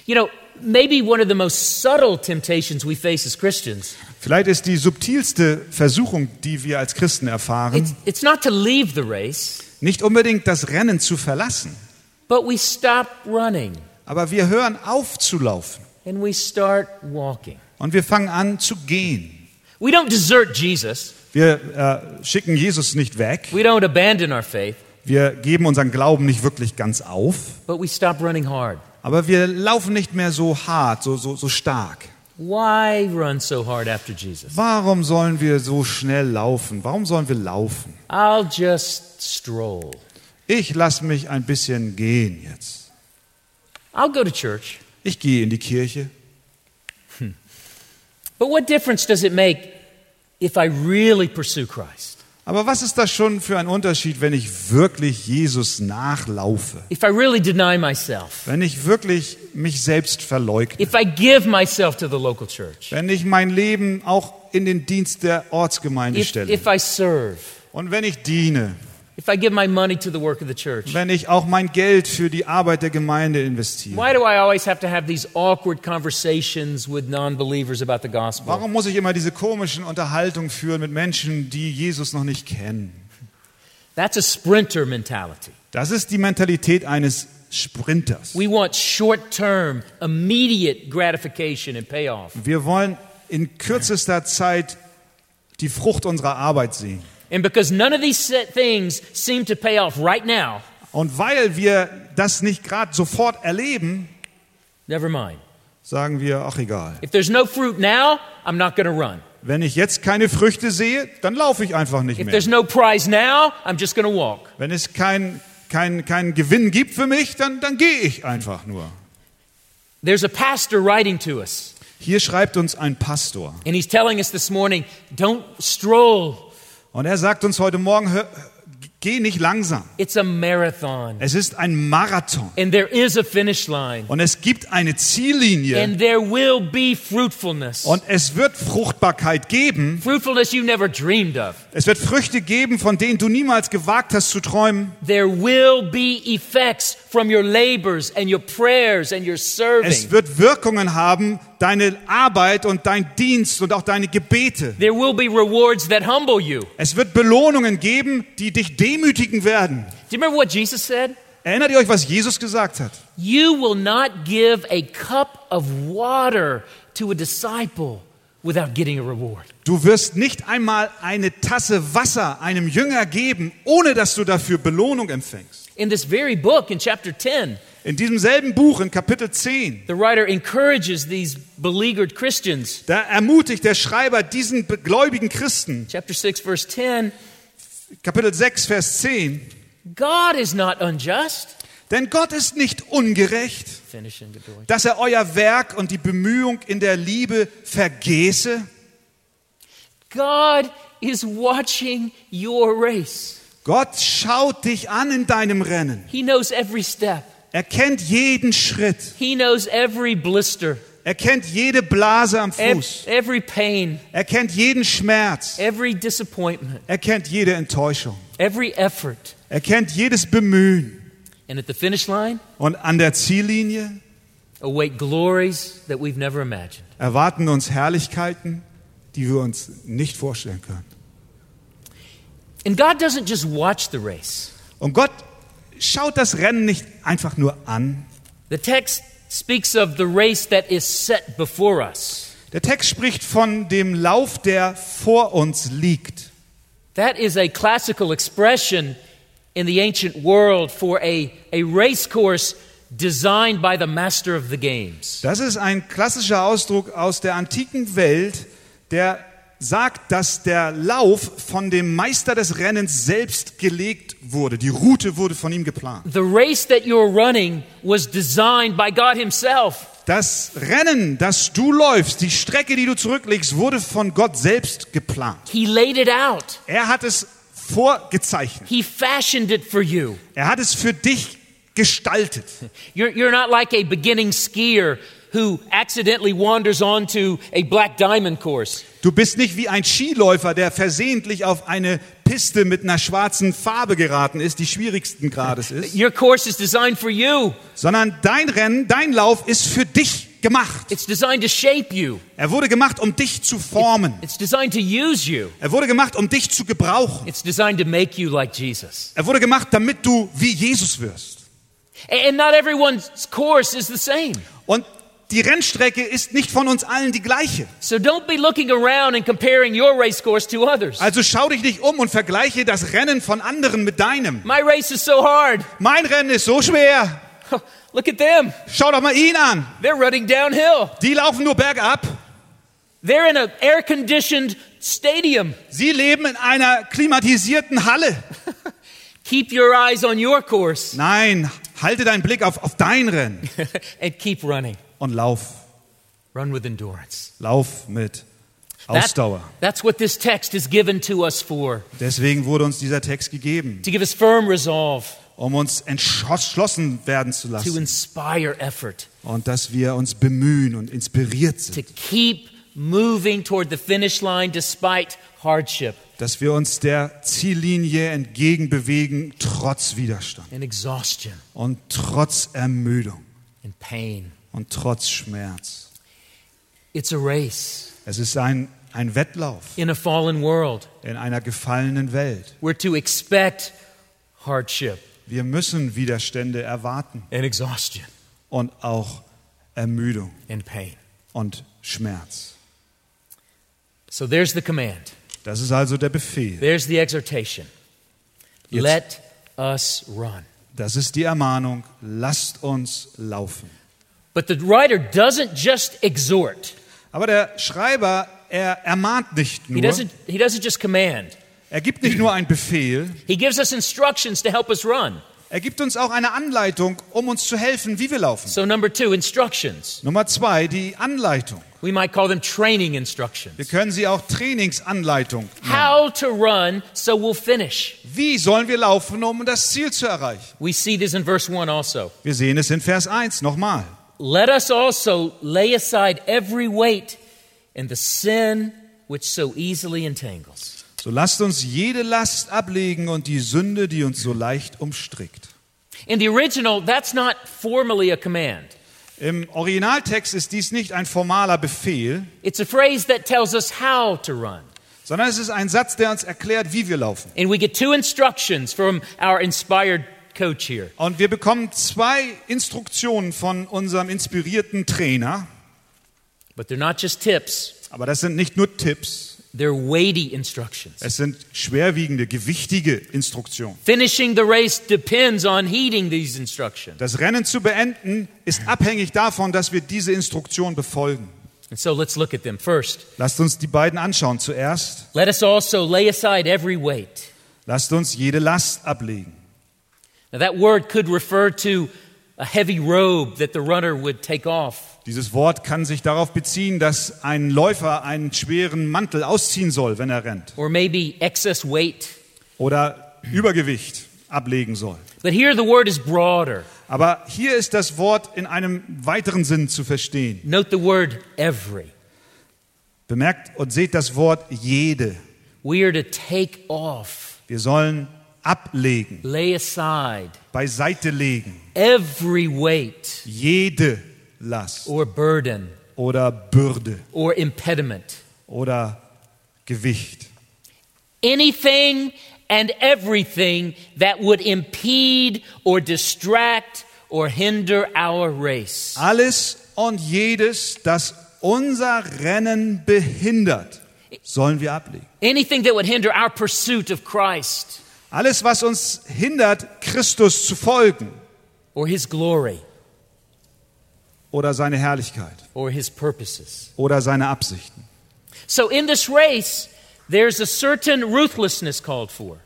Speaker 2: You know, maybe one of the most subtle temptations we face as Christians,
Speaker 1: Vielleicht ist die subtilste Versuchung, die wir als Christen
Speaker 2: it's,
Speaker 1: erfahren,
Speaker 2: it's not to leave the race,
Speaker 1: nicht unbedingt das Rennen zu verlassen.
Speaker 2: but we stop running
Speaker 1: Aber wir hören auf zu laufen
Speaker 2: and we start walking.
Speaker 1: und wir fangen an zu gehen.
Speaker 2: We don't desert Jesus.
Speaker 1: Wir äh, schicken Jesus nicht weg.
Speaker 2: We don't abandon our faith,
Speaker 1: Wir geben unseren Glauben nicht wirklich ganz auf.
Speaker 2: but we stop running hard.
Speaker 1: Aber wir laufen nicht mehr so hart, so, so, so stark.
Speaker 2: Why run so hard after Jesus?
Speaker 1: Warum sollen wir so schnell laufen? Warum sollen wir laufen?
Speaker 2: I'll just stroll.
Speaker 1: Ich lasse mich ein bisschen gehen jetzt.
Speaker 2: I'll go to church.
Speaker 1: Ich gehe in die Kirche.
Speaker 2: But what difference does it make if I really pursue Christ?
Speaker 1: Aber was ist das schon für ein Unterschied, wenn ich wirklich Jesus nachlaufe?
Speaker 2: If I really deny myself?
Speaker 1: Wenn ich wirklich mich selbst verleugne?
Speaker 2: If I give myself to the local church?
Speaker 1: Wenn ich mein Leben auch in den Dienst der Ortsgemeinde
Speaker 2: If,
Speaker 1: stelle?
Speaker 2: if I serve?
Speaker 1: Und wenn ich diene?
Speaker 2: If I give my money to the work of the church?
Speaker 1: Wenn ich auch mein Geld für die Arbeit der Gemeinde investiere?
Speaker 2: Why do I always have to have these awkward conversations with non believers about the gospel?
Speaker 1: Warum muss ich immer diese komischen Unterhaltungen führen mit Menschen, die Jesus noch nicht kennen?
Speaker 2: That's a sprinter mentality.
Speaker 1: Das ist die Mentalität eines Sprinters.
Speaker 2: We want short term, immediate gratification and payoff.
Speaker 1: Wir wollen in kürzester Zeit die Frucht unserer Arbeit sehen.
Speaker 2: And because none of these set things seem to pay off right now,
Speaker 1: Und weil wir das nicht gerade sofort erleben,
Speaker 2: never mind.
Speaker 1: sagen wir, ach egal.
Speaker 2: If there's no fruit now, I'm not going to run.
Speaker 1: Wenn ich jetzt keine Früchte sehe, dann laufe ich einfach nicht
Speaker 2: If
Speaker 1: mehr.
Speaker 2: there's no prize now, I'm just going to walk.
Speaker 1: Wenn es keinen kein, kein Gewinn gibt für mich, dann, dann gehe ich einfach nur.
Speaker 2: There's a pastor writing to us,
Speaker 1: Hier schreibt uns ein Pastor.
Speaker 2: and he's telling us this morning don't stroll.
Speaker 1: Und er sagt uns heute Morgen, hör, geh nicht langsam.
Speaker 2: It's a marathon,
Speaker 1: Es ist ein Marathon.
Speaker 2: and there is a finish line,
Speaker 1: Und es gibt eine Ziellinie.
Speaker 2: and there will be fruitfulness.
Speaker 1: Und es wird Fruchtbarkeit geben.
Speaker 2: Fruitfulness you never dreamed of.
Speaker 1: Es wird Früchte geben, von denen du niemals gewagt hast zu träumen.
Speaker 2: There will be effects from your labors and your prayers and your
Speaker 1: Es
Speaker 2: serving.
Speaker 1: wird Wirkungen haben, deine Arbeit und dein Dienst und auch deine Gebete.
Speaker 2: There will be rewards that humble you.
Speaker 1: Es wird Belohnungen geben, die dich demütigen werden.
Speaker 2: Do you remember what Jesus said?
Speaker 1: Erinnert ihr euch, was Jesus gesagt hat?
Speaker 2: You will not give a cup of water to a disciple without getting a reward.
Speaker 1: Du wirst nicht einmal eine Tasse Wasser einem Jünger geben, ohne dass du dafür Belohnung empfängst.
Speaker 2: In this very book, in chapter 10,
Speaker 1: In diesem selben Buch, in Kapitel 10,
Speaker 2: the writer encourages these beleaguered Christians.
Speaker 1: da ermutigt der Schreiber diesen be- gläubigen Christen,
Speaker 2: Chapter 6, verse 10
Speaker 1: Kapitel 6, Vers 10,
Speaker 2: God is not unjust.
Speaker 1: denn Gott ist nicht ungerecht,
Speaker 2: Finishing the door.
Speaker 1: dass er euer Werk und die Bemühung in der Liebe vergeße.
Speaker 2: God is watching your race,
Speaker 1: Gott schaut dich an in deinem Rennen.
Speaker 2: He knows every step,
Speaker 1: Er kennt jeden Schritt.
Speaker 2: He knows every blister,
Speaker 1: Er kennt jede Blase am
Speaker 2: ev-
Speaker 1: Fuß.
Speaker 2: every pain,
Speaker 1: Er kennt jeden Schmerz.
Speaker 2: every disappointment,
Speaker 1: Er kennt jede Enttäuschung.
Speaker 2: every effort.
Speaker 1: Er kennt jedes Bemühen.
Speaker 2: And at the finish line,
Speaker 1: Und an der Ziellinie
Speaker 2: await glories that we've never imagined.
Speaker 1: erwarten uns Herrlichkeiten, die wir uns nicht vorstellen können.
Speaker 2: And God doesn't just watch the race.
Speaker 1: Und Gott schaut das Rennen nicht einfach nur an.
Speaker 2: The text speaks of the race that is set before us.
Speaker 1: Der Text spricht von dem Lauf, der vor uns liegt.
Speaker 2: That is a classical expression in the ancient world for a, a race course designed by the master of the games.
Speaker 1: Das ist ein klassischer Ausdruck aus der antiken Welt, der sagt, dass der Lauf von dem Meister des Rennens selbst gelegt wurde. Die Route wurde von ihm geplant.
Speaker 2: The race that you're running was designed by God Himself.
Speaker 1: Das Rennen, das du läufst, die Strecke, die du zurücklegst, wurde von Gott selbst geplant.
Speaker 2: He laid it out,
Speaker 1: Er hat es vorgezeichnet.
Speaker 2: He fashioned it for you.
Speaker 1: Er hat es für dich gestaltet.
Speaker 2: You're, you're not like a beginning skier who accidentally wanders onto a black diamond course.
Speaker 1: Du bist nicht wie ein Skiläufer, der versehentlich auf eine Piste mit einer schwarzen Farbe geraten ist, die schwierigsten Grades ist,
Speaker 2: Your course is designed for you,
Speaker 1: sondern dein Rennen, dein Lauf ist für dich gemacht.
Speaker 2: it's designed to shape you,
Speaker 1: Er wurde gemacht, um dich zu formen.
Speaker 2: it's designed to use you,
Speaker 1: Er wurde gemacht, um dich zu gebrauchen.
Speaker 2: it's designed to make you like Jesus.
Speaker 1: Er wurde gemacht, damit du wie Jesus wirst.
Speaker 2: A- And not everyone's course is the same.
Speaker 1: Und die Rennstrecke ist nicht von uns allen die gleiche.
Speaker 2: So don't be looking around and comparing your race course to others.
Speaker 1: Also schau dich nicht um und vergleiche das Rennen von anderen mit deinem.
Speaker 2: My race is so hard.
Speaker 1: Mein Rennen ist so schwer.
Speaker 2: Look at them.
Speaker 1: Schau doch mal ihn an.
Speaker 2: They're running downhill.
Speaker 1: Die laufen nur bergab.
Speaker 2: They're in an air conditioned stadium.
Speaker 1: Sie leben in einer klimatisierten Halle.
Speaker 2: Keep your eyes on your course
Speaker 1: Nein, halte deinen Blick auf, auf dein Rennen
Speaker 2: and keep running.
Speaker 1: und lauf.
Speaker 2: Run with endurance.
Speaker 1: Lauf mit
Speaker 2: That-
Speaker 1: Ausdauer.
Speaker 2: that's what this text is given to us for,
Speaker 1: Deswegen wurde uns dieser Text gegeben,
Speaker 2: to give us firm resolve,
Speaker 1: um uns entschlossen werden zu
Speaker 2: to
Speaker 1: lassen
Speaker 2: inspire effort,
Speaker 1: und dass wir uns bemühen und inspiriert
Speaker 2: to
Speaker 1: sind,
Speaker 2: keep moving toward the finish line despite hardship
Speaker 1: dass wir uns der Ziellinie entgegenbewegen, trotz Widerstand
Speaker 2: and exhaustion
Speaker 1: und trotz Ermüdung
Speaker 2: and pain.
Speaker 1: und trotz Schmerz.
Speaker 2: It's a race
Speaker 1: Es ist ein, ein Wettlauf
Speaker 2: in a fallen world.
Speaker 1: in einer gefallenen Welt.
Speaker 2: We're to expect hardship
Speaker 1: Wir müssen Widerstände erwarten.
Speaker 2: and exhaustion
Speaker 1: und auch Ermüdung
Speaker 2: and pain.
Speaker 1: und Schmerz.
Speaker 2: So there's the command,
Speaker 1: Das ist also der Befehl.
Speaker 2: there's the exhortation.
Speaker 1: Jetzt-
Speaker 2: Let us run.
Speaker 1: Das ist die Ermahnung. Lasst uns laufen.
Speaker 2: But the writer doesn't just exhort.
Speaker 1: Aber der Schreiber, er ermahnt nicht
Speaker 2: He
Speaker 1: nur,
Speaker 2: doesn't, he doesn't just command.
Speaker 1: er gibt nicht nur einen Befehl,
Speaker 2: He gives us instructions to help us run.
Speaker 1: er gibt uns auch eine Anleitung, um uns zu helfen, wie wir laufen.
Speaker 2: So, number two, instructions.
Speaker 1: Nummer zwei, die Anleitung.
Speaker 2: We might call them training instructions.
Speaker 1: Wir können sie auch Trainingsanleitung nennen.
Speaker 2: How to run so we'll finish.
Speaker 1: Wie sollen wir laufen, um das Ziel zu erreichen?
Speaker 2: We see this in verse 1 also.
Speaker 1: Wir sehen es in Vers 1 nochmal.
Speaker 2: Let us also lay aside every weight and the sin which so easily entangles.
Speaker 1: So lasst uns jede Last ablegen und die Sünde, die uns so leicht umstrickt.
Speaker 2: In the original, that's not formally a command.
Speaker 1: Im Originaltext ist dies nicht ein formaler Befehl,
Speaker 2: It's a phrase that tells us how to run.
Speaker 1: sondern es ist ein Satz, der uns erklärt, wie wir laufen.
Speaker 2: And we get two instructions from our inspired coach here.
Speaker 1: Und wir bekommen zwei Instruktionen von unserem inspirierten Trainer,
Speaker 2: But they're not just tips,
Speaker 1: Aber das sind nicht nur Tipps,
Speaker 2: they're weighty instructions.
Speaker 1: es sind schwerwiegende, gewichtige Instruktionen.
Speaker 2: Finishing the race depends on heeding these instructions.
Speaker 1: Das Rennen zu beenden ist abhängig davon, dass wir diese Instruktion befolgen.
Speaker 2: And so let's look at them. First,
Speaker 1: Lasst uns die beiden anschauen. Zuerst,
Speaker 2: let us also lay aside every weight.
Speaker 1: lasst uns jede Last ablegen.
Speaker 2: Now, that word could refer to a heavy robe that the runner would take off.
Speaker 1: Dieses Wort kann sich darauf beziehen, dass ein Läufer einen schweren Mantel ausziehen soll, wenn er rennt.
Speaker 2: or maybe excess weight.
Speaker 1: Oder Übergewicht ablegen soll.
Speaker 2: But here the word is broader.
Speaker 1: Aber hier ist das Wort in einem weiteren Sinn zu verstehen.
Speaker 2: Note the word every.
Speaker 1: Bemerkt und seht das Wort jede.
Speaker 2: We are to take off,
Speaker 1: Wir sollen ablegen,
Speaker 2: lay aside
Speaker 1: beiseite legen.
Speaker 2: every weight
Speaker 1: Jede Last
Speaker 2: or burden
Speaker 1: oder Bürde
Speaker 2: or impediment.
Speaker 1: oder Gewicht.
Speaker 2: Anything and everything that would impede or distract or hinder our race.
Speaker 1: Alles und jedes, das unser Rennen behindert, sollen wir ablegen.
Speaker 2: Anything that would hinder our pursuit of Christ
Speaker 1: Alles, was uns hindert, Christus zu folgen
Speaker 2: or his glory
Speaker 1: oder seine Herrlichkeit
Speaker 2: or his purposes.
Speaker 1: oder seine Absichten.
Speaker 2: So in this race, there's a certain ruthlessness called for.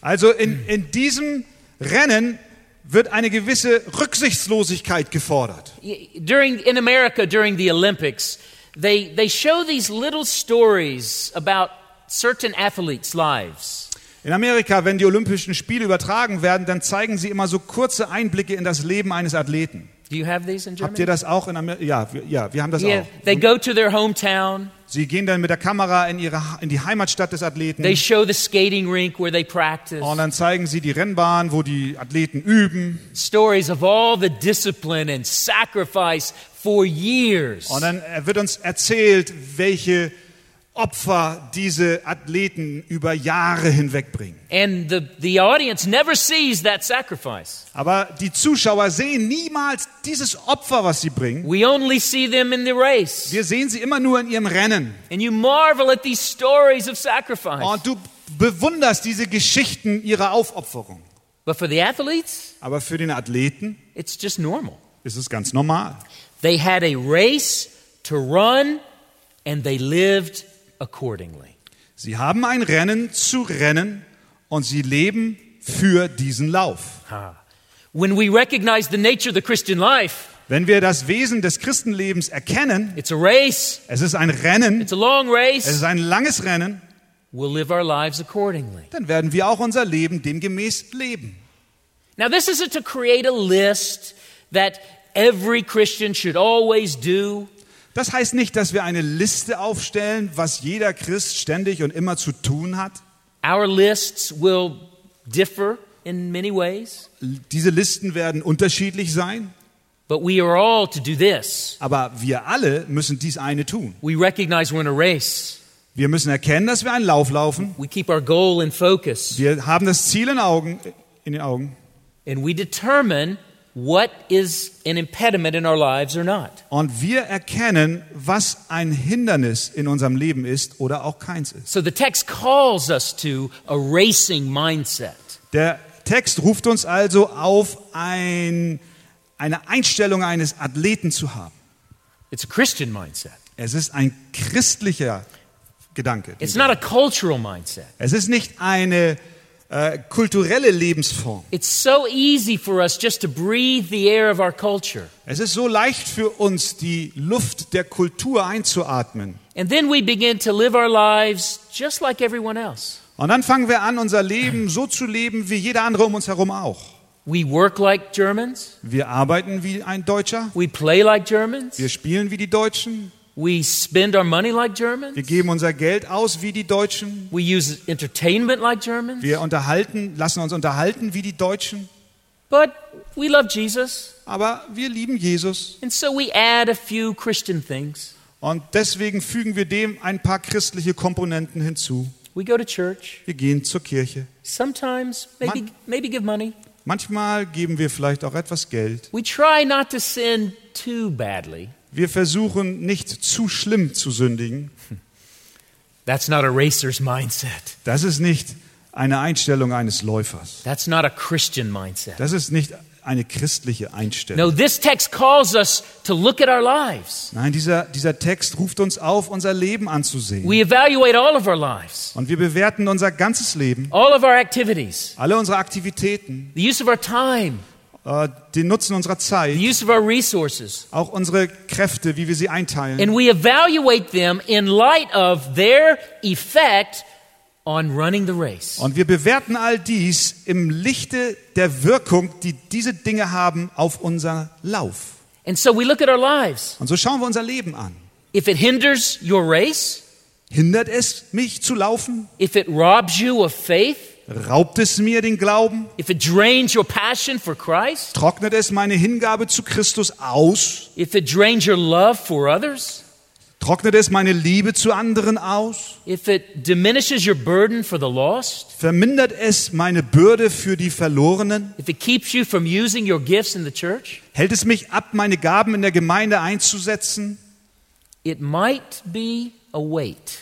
Speaker 1: Also in, in diesem Rennen wird eine gewisse Rücksichtslosigkeit gefordert.
Speaker 2: Y- During in America during the Olympics, they they show these little stories about certain athletes' lives.
Speaker 1: In Amerika, wenn die Olympischen Spiele übertragen werden, dann zeigen sie immer so kurze Einblicke in das Leben eines Athleten.
Speaker 2: Do you have these in
Speaker 1: Habt ihr
Speaker 2: Germany?
Speaker 1: das auch in Amerika? Ja, wir, ja, wir haben das
Speaker 2: Yeah,
Speaker 1: auch.
Speaker 2: they go to their hometown.
Speaker 1: Sie gehen dann mit der Kamera in, ihre, in die Heimatstadt des Athleten.
Speaker 2: They show the skating rink where they practice.
Speaker 1: Und dann zeigen sie die Rennbahn, wo die Athleten üben.
Speaker 2: Stories of all the discipline and sacrifice for years.
Speaker 1: Und dann äh, wird uns erzählt, welche Opfer diese Athleten über Jahre hinwegbringen.
Speaker 2: And the, the audience never sees that sacrifice.
Speaker 1: Aber die Zuschauer sehen niemals dieses Opfer, was sie bringen.
Speaker 2: We only see them in the race.
Speaker 1: Wir sehen sie immer nur in ihrem Rennen.
Speaker 2: And you marvel at these stories of sacrifice.
Speaker 1: Und du bewunderst diese Geschichten ihrer Aufopferung.
Speaker 2: But for the athletes,
Speaker 1: Aber für den Athleten
Speaker 2: it's just normal.
Speaker 1: ist es ganz normal.
Speaker 2: They had a race to run and they lived accordingly.
Speaker 1: Sie haben ein Rennen zu rennen und sie leben für diesen Lauf.
Speaker 2: Ha. When we recognize the nature of the Christian life,
Speaker 1: Wenn wir das Wesen des Christenlebens erkennen,
Speaker 2: it's a race,
Speaker 1: es ist ein Rennen,
Speaker 2: it's a long
Speaker 1: es
Speaker 2: race,
Speaker 1: ist ein langes Rennen,
Speaker 2: we'll live our lives accordingly.
Speaker 1: dann werden wir auch unser Leben demgemäß leben.
Speaker 2: Now, this isn't to create a list that every Christian should always do.
Speaker 1: Das heißt nicht, dass wir eine Liste aufstellen, was jeder Christ ständig und immer zu tun hat.
Speaker 2: Our lists will differ in many ways,
Speaker 1: Diese Listen werden unterschiedlich sein,
Speaker 2: but we are all to do this.
Speaker 1: aber wir alle müssen dies eine tun.
Speaker 2: We recognize we're in a race.
Speaker 1: Wir müssen erkennen, dass wir einen Lauf laufen.
Speaker 2: We keep our goal in focus.
Speaker 1: Wir haben das Ziel in, Augen, in den Augen
Speaker 2: And we determine what is an impediment in our lives or not.
Speaker 1: und wir erkennen, was ein Hindernis in unserem Leben ist oder auch keins ist.
Speaker 2: So the text calls us to a racing mindset.
Speaker 1: Der Text ruft uns also auf, ein, eine Einstellung eines Athleten zu haben.
Speaker 2: It's a Christian mindset,
Speaker 1: Es ist ein christlicher Gedanke.
Speaker 2: it's not a cultural mindset.
Speaker 1: Es ist nicht eine äh, kulturelle Lebensform.
Speaker 2: It's so easy for us just to breathe the air of our culture.
Speaker 1: Es ist so leicht für uns, die Luft der Kultur einzuatmen.
Speaker 2: And then we begin to live our lives just like everyone else.
Speaker 1: Und dann fangen wir an, unser Leben so zu leben, wie jeder andere um uns herum auch.
Speaker 2: We work like Germans,
Speaker 1: Wir arbeiten wie ein Deutscher.
Speaker 2: we play like Germans,
Speaker 1: Wir spielen wie die Deutschen.
Speaker 2: we spend our money like Germans.
Speaker 1: Wir geben unser Geld aus wie die Deutschen.
Speaker 2: We use entertainment like Germans,
Speaker 1: Wir unterhalten, lassen uns unterhalten wie die Deutschen.
Speaker 2: but we love Jesus,
Speaker 1: Aber wir lieben Jesus
Speaker 2: and so we add a few Christian things.
Speaker 1: und deswegen fügen wir dem ein paar christliche Komponenten hinzu.
Speaker 2: We go to church,
Speaker 1: Wir gehen zur Kirche.
Speaker 2: sometimes maybe,
Speaker 1: Man-
Speaker 2: maybe give money.
Speaker 1: Manchmal geben wir vielleicht auch etwas Geld.
Speaker 2: We try not to sin too badly,
Speaker 1: Wir versuchen nicht zu schlimm zu sündigen.
Speaker 2: That's not a racer's mindset.
Speaker 1: Das ist nicht eine Einstellung eines Läufers.
Speaker 2: That's not a Christian mindset.
Speaker 1: Das ist nicht eine christliche Einstellung.
Speaker 2: No, this text calls us to look at our lives.
Speaker 1: Nein, dieser, dieser Text ruft uns auf, unser Leben anzusehen.
Speaker 2: We evaluate all of our lives,
Speaker 1: Und wir bewerten unser ganzes Leben,
Speaker 2: all of our activities,
Speaker 1: alle unsere Aktivitäten,
Speaker 2: the use of our time,
Speaker 1: äh, den Nutzen unserer
Speaker 2: the
Speaker 1: Zeit,
Speaker 2: use of our resources.
Speaker 1: auch unsere Kräfte, wie wir sie einteilen.
Speaker 2: And we evaluate them in light of their effect on running the race.
Speaker 1: Und wir bewerten all dies im Lichte der Wirkung, die diese Dinge haben auf unser Lauf.
Speaker 2: And so we look at our lives.
Speaker 1: Und so schauen wir unser Leben an.
Speaker 2: If it hinders your race,
Speaker 1: Hindert es mich zu laufen?
Speaker 2: if it robs you of faith,
Speaker 1: Raubt es mir den Glauben?
Speaker 2: if it drains your passion for Christ,
Speaker 1: Trocknet es meine Hingabe zu Christus aus?
Speaker 2: if it drains your love for others,
Speaker 1: Trocknet es meine Liebe zu anderen aus?
Speaker 2: if it diminishes your burden for the lost,
Speaker 1: Vermindert es meine Bürde für die Verlorenen?
Speaker 2: if it keeps you from using your gifts in the church,
Speaker 1: Hält es mich ab, meine Gaben in der Gemeinde einzusetzen?
Speaker 2: it might be a weight.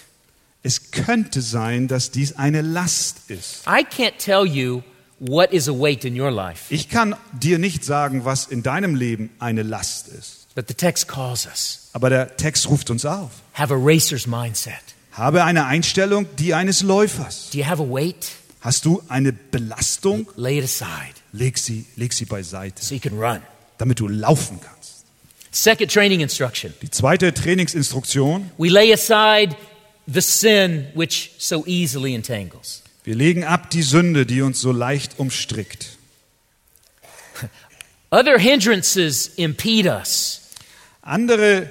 Speaker 1: Es könnte sein, dass dies eine Last ist.
Speaker 2: I can't tell you what is a weight in your life,
Speaker 1: Ich kann dir nicht sagen, was in deinem Leben eine Last ist.
Speaker 2: but the text calls us
Speaker 1: Aber der Text ruft uns auf.
Speaker 2: have a racer's mindset.
Speaker 1: Habe eine Einstellung, die eines Läufers.
Speaker 2: Do you have a weight?
Speaker 1: Hast du eine Belastung?
Speaker 2: Lay it aside
Speaker 1: Leg sie, leg sie beiseite,
Speaker 2: so you can run.
Speaker 1: damit du laufen kannst.
Speaker 2: Second training instruction.
Speaker 1: Die zweite Trainingsinstruktion.
Speaker 2: We lay aside the sin which so easily entangles.
Speaker 1: Wir legen ab die Sünde, die uns so leicht umstrickt.
Speaker 2: Other hindrances impede us,
Speaker 1: Andere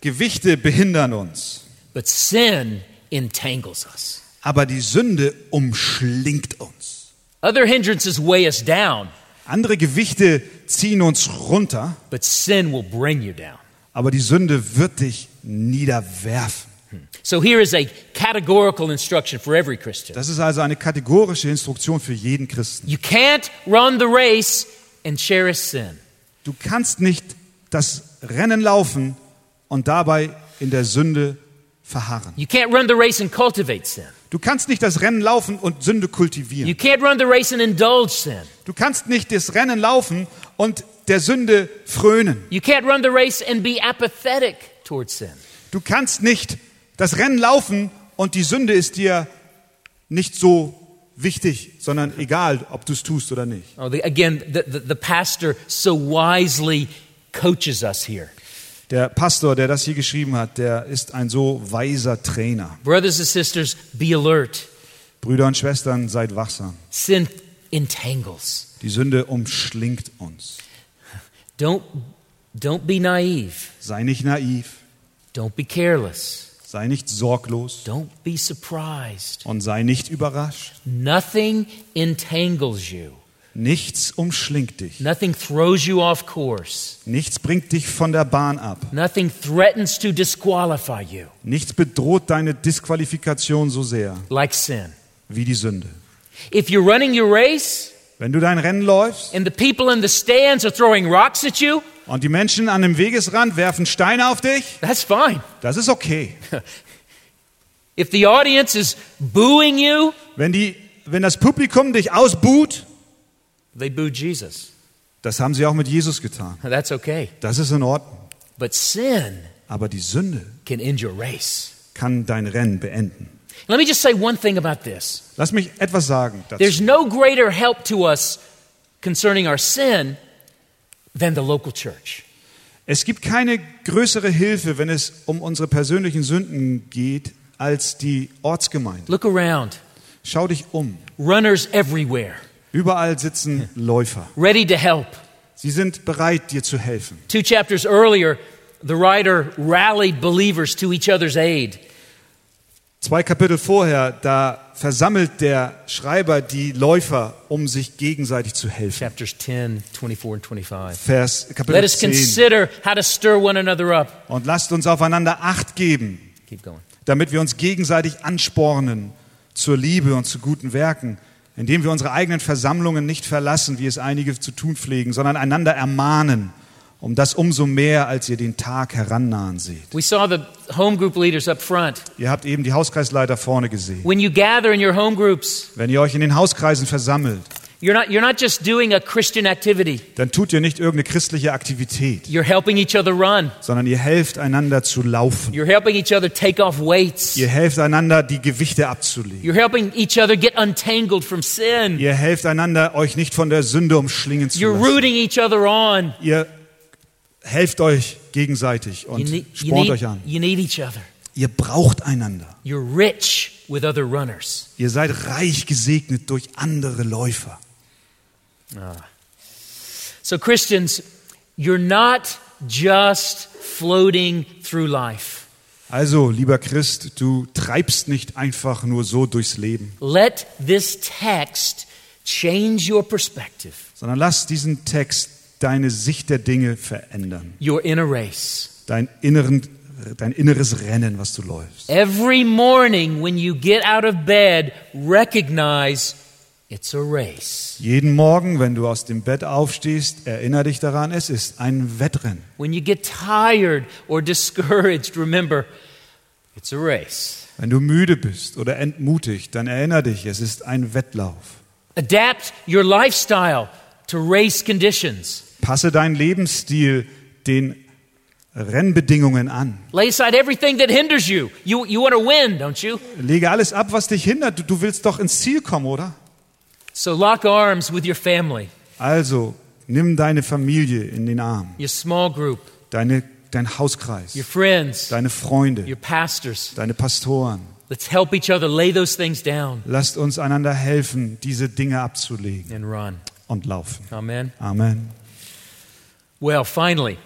Speaker 1: Gewichte behindern uns,
Speaker 2: but sin entangles us.
Speaker 1: aber die Sünde umschlingt uns.
Speaker 2: Other hindrances weigh us down,
Speaker 1: Andere Gewichte ziehen uns runter,
Speaker 2: but sin will bring you down.
Speaker 1: aber die Sünde wird dich niederwerfen.
Speaker 2: So here is a categorical instruction for every Christian.
Speaker 1: Das ist also eine kategorische Instruktion für jeden Christen.
Speaker 2: You can't run the race and cherish sin.
Speaker 1: Du kannst nicht das Rennen laufen und dabei in der Sünde verharren.
Speaker 2: You can't run the race and cultivate sin.
Speaker 1: Du kannst nicht das Rennen laufen und Sünde
Speaker 2: You
Speaker 1: kultivieren.
Speaker 2: can't run the race and indulge sin.
Speaker 1: Du kannst nicht das Rennen laufen und der Sünde frönen.
Speaker 2: You can't run the race and be apathetic towards sin.
Speaker 1: Du kannst nicht das Rennen laufen und die Sünde ist dir nicht so wichtig, sondern egal, ob du es tust oder nicht.
Speaker 2: Oh, the, again, the, the, the pastor so wisely coaches us here.
Speaker 1: Der Pastor, der das hier geschrieben hat, der ist ein so weiser Trainer.
Speaker 2: Brothers and sisters, be alert.
Speaker 1: Brüder und Schwestern, seid wachsam.
Speaker 2: Sin entangles.
Speaker 1: Die Sünde umschlingt uns.
Speaker 2: Don't, don't be naive.
Speaker 1: Sei nicht naiv,
Speaker 2: Don't be careless.
Speaker 1: sei nicht sorglos
Speaker 2: Don't be surprised.
Speaker 1: und sei nicht überrascht.
Speaker 2: Nothing entangles you,
Speaker 1: Nichts umschlingt dich.
Speaker 2: nothing throws you off course,
Speaker 1: Nichts bringt dich von der Bahn ab.
Speaker 2: nothing threatens to disqualify you
Speaker 1: Nichts bedroht deine Disqualifikation so sehr
Speaker 2: like sin.
Speaker 1: wie die Sünde.
Speaker 2: If you're running your race
Speaker 1: Wenn du dein Rennen läufst,
Speaker 2: and the people in the stands are throwing rocks at you,
Speaker 1: Und die Menschen an dem Wegesrand werfen Steine auf dich?
Speaker 2: that's fine.
Speaker 1: Das ist okay.
Speaker 2: If the audience is booing you,
Speaker 1: Wenn, die, wenn das Publikum dich ausbuht,
Speaker 2: they boo Jesus.
Speaker 1: das haben sie auch mit Jesus getan.
Speaker 2: That's okay.
Speaker 1: Das ist in Ordnung.
Speaker 2: But sin
Speaker 1: Aber die Sünde
Speaker 2: can end your race.
Speaker 1: kann dein Rennen beenden.
Speaker 2: Let me just say one thing about this.
Speaker 1: Lass mich etwas sagen
Speaker 2: There's
Speaker 1: dazu.
Speaker 2: no greater help to us concerning our sin than the local church.
Speaker 1: Es gibt keine größere Hilfe, wenn es um unsere persönlichen Sünden geht, als die Ortsgemeinde.
Speaker 2: Look around.
Speaker 1: Schau dich um.
Speaker 2: Runners everywhere,
Speaker 1: Überall sitzen Läufer.
Speaker 2: ready to help.
Speaker 1: Sie sind bereit, dir zu helfen.
Speaker 2: Two chapters earlier, the writer rallied believers to each other's aid.
Speaker 1: Zwei Kapitel vorher, da versammelt der Schreiber die Läufer, um sich gegenseitig zu helfen.
Speaker 2: Chapters 10, 24, and 25.
Speaker 1: Vers
Speaker 2: Let
Speaker 1: Kapitel
Speaker 2: us
Speaker 1: 10.
Speaker 2: consider how to stir one another up.
Speaker 1: Und lasst uns aufeinander Acht geben,
Speaker 2: Keep going.
Speaker 1: damit wir uns gegenseitig anspornen zur Liebe und zu guten Werken, indem wir unsere eigenen Versammlungen nicht verlassen, wie es einige zu tun pflegen, sondern einander ermahnen. Um das umso mehr, als ihr den Tag herannahen seht.
Speaker 2: We saw the home group leaders up front.
Speaker 1: Ihr habt eben die Hauskreisleiter vorne gesehen.
Speaker 2: When you gather in your home groups,
Speaker 1: Wenn ihr euch in den Hauskreisen versammelt,
Speaker 2: you're not, you're not just doing a Christian activity,
Speaker 1: dann tut ihr nicht irgendeine christliche Aktivität,
Speaker 2: you're helping each other run.
Speaker 1: sondern ihr helft einander zu laufen.
Speaker 2: You're helping each other take off weights.
Speaker 1: Ihr helft einander, die Gewichte abzulegen.
Speaker 2: You're helping each other get untangled from sin.
Speaker 1: Ihr helft einander, euch nicht von der Sünde umschlingen zu
Speaker 2: You're
Speaker 1: lassen.
Speaker 2: rooting each other on.
Speaker 1: Ihr helft euch gegenseitig
Speaker 2: You
Speaker 1: und
Speaker 2: need, you,
Speaker 1: spornt euch
Speaker 2: need,
Speaker 1: an.
Speaker 2: you need each other.
Speaker 1: Ihr braucht einander.
Speaker 2: You're rich with other runners.
Speaker 1: Ihr seid reich gesegnet durch andere Läufer.
Speaker 2: So, Christians, you're not just floating through life.
Speaker 1: Also, lieber Christ, du treibst nicht einfach nur so durchs Leben,
Speaker 2: Let this text change your perspective,
Speaker 1: sondern lass diesen Text deine Sicht der Dinge verändern.
Speaker 2: your inner race.
Speaker 1: Dein, inneren, dein inneres Rennen, was du läufst.
Speaker 2: Every morning when you get out of bed, recognize it's a race.
Speaker 1: Jeden Morgen, wenn du aus dem Bett aufstehst, erinnere dich daran, es ist ein Wettrennen.
Speaker 2: When you get tired or discouraged, remember it's a race.
Speaker 1: Wenn du müde bist oder entmutigt, dann erinnere dich, es ist ein Wettlauf.
Speaker 2: Adapt your lifestyle to race conditions.
Speaker 1: Passe deinen Lebensstil den Rennbedingungen an.
Speaker 2: Lay aside everything that hinders you. You, you want to win, don't you?
Speaker 1: Lege alles ab, was dich hindert. Du, du willst doch ins Ziel kommen, oder?
Speaker 2: So lock arms with your family,
Speaker 1: Also, nimm deine Familie in den Arm,
Speaker 2: your small group,
Speaker 1: deine, dein Hauskreis,
Speaker 2: your friends,
Speaker 1: deine
Speaker 2: your
Speaker 1: Freunde,
Speaker 2: pastors.
Speaker 1: deine Pastoren.
Speaker 2: Let's help each other lay those things down
Speaker 1: Lasst uns einander helfen, diese Dinge abzulegen
Speaker 2: and run.
Speaker 1: und laufen.
Speaker 2: Amen.
Speaker 1: Amen.
Speaker 2: Well, finally,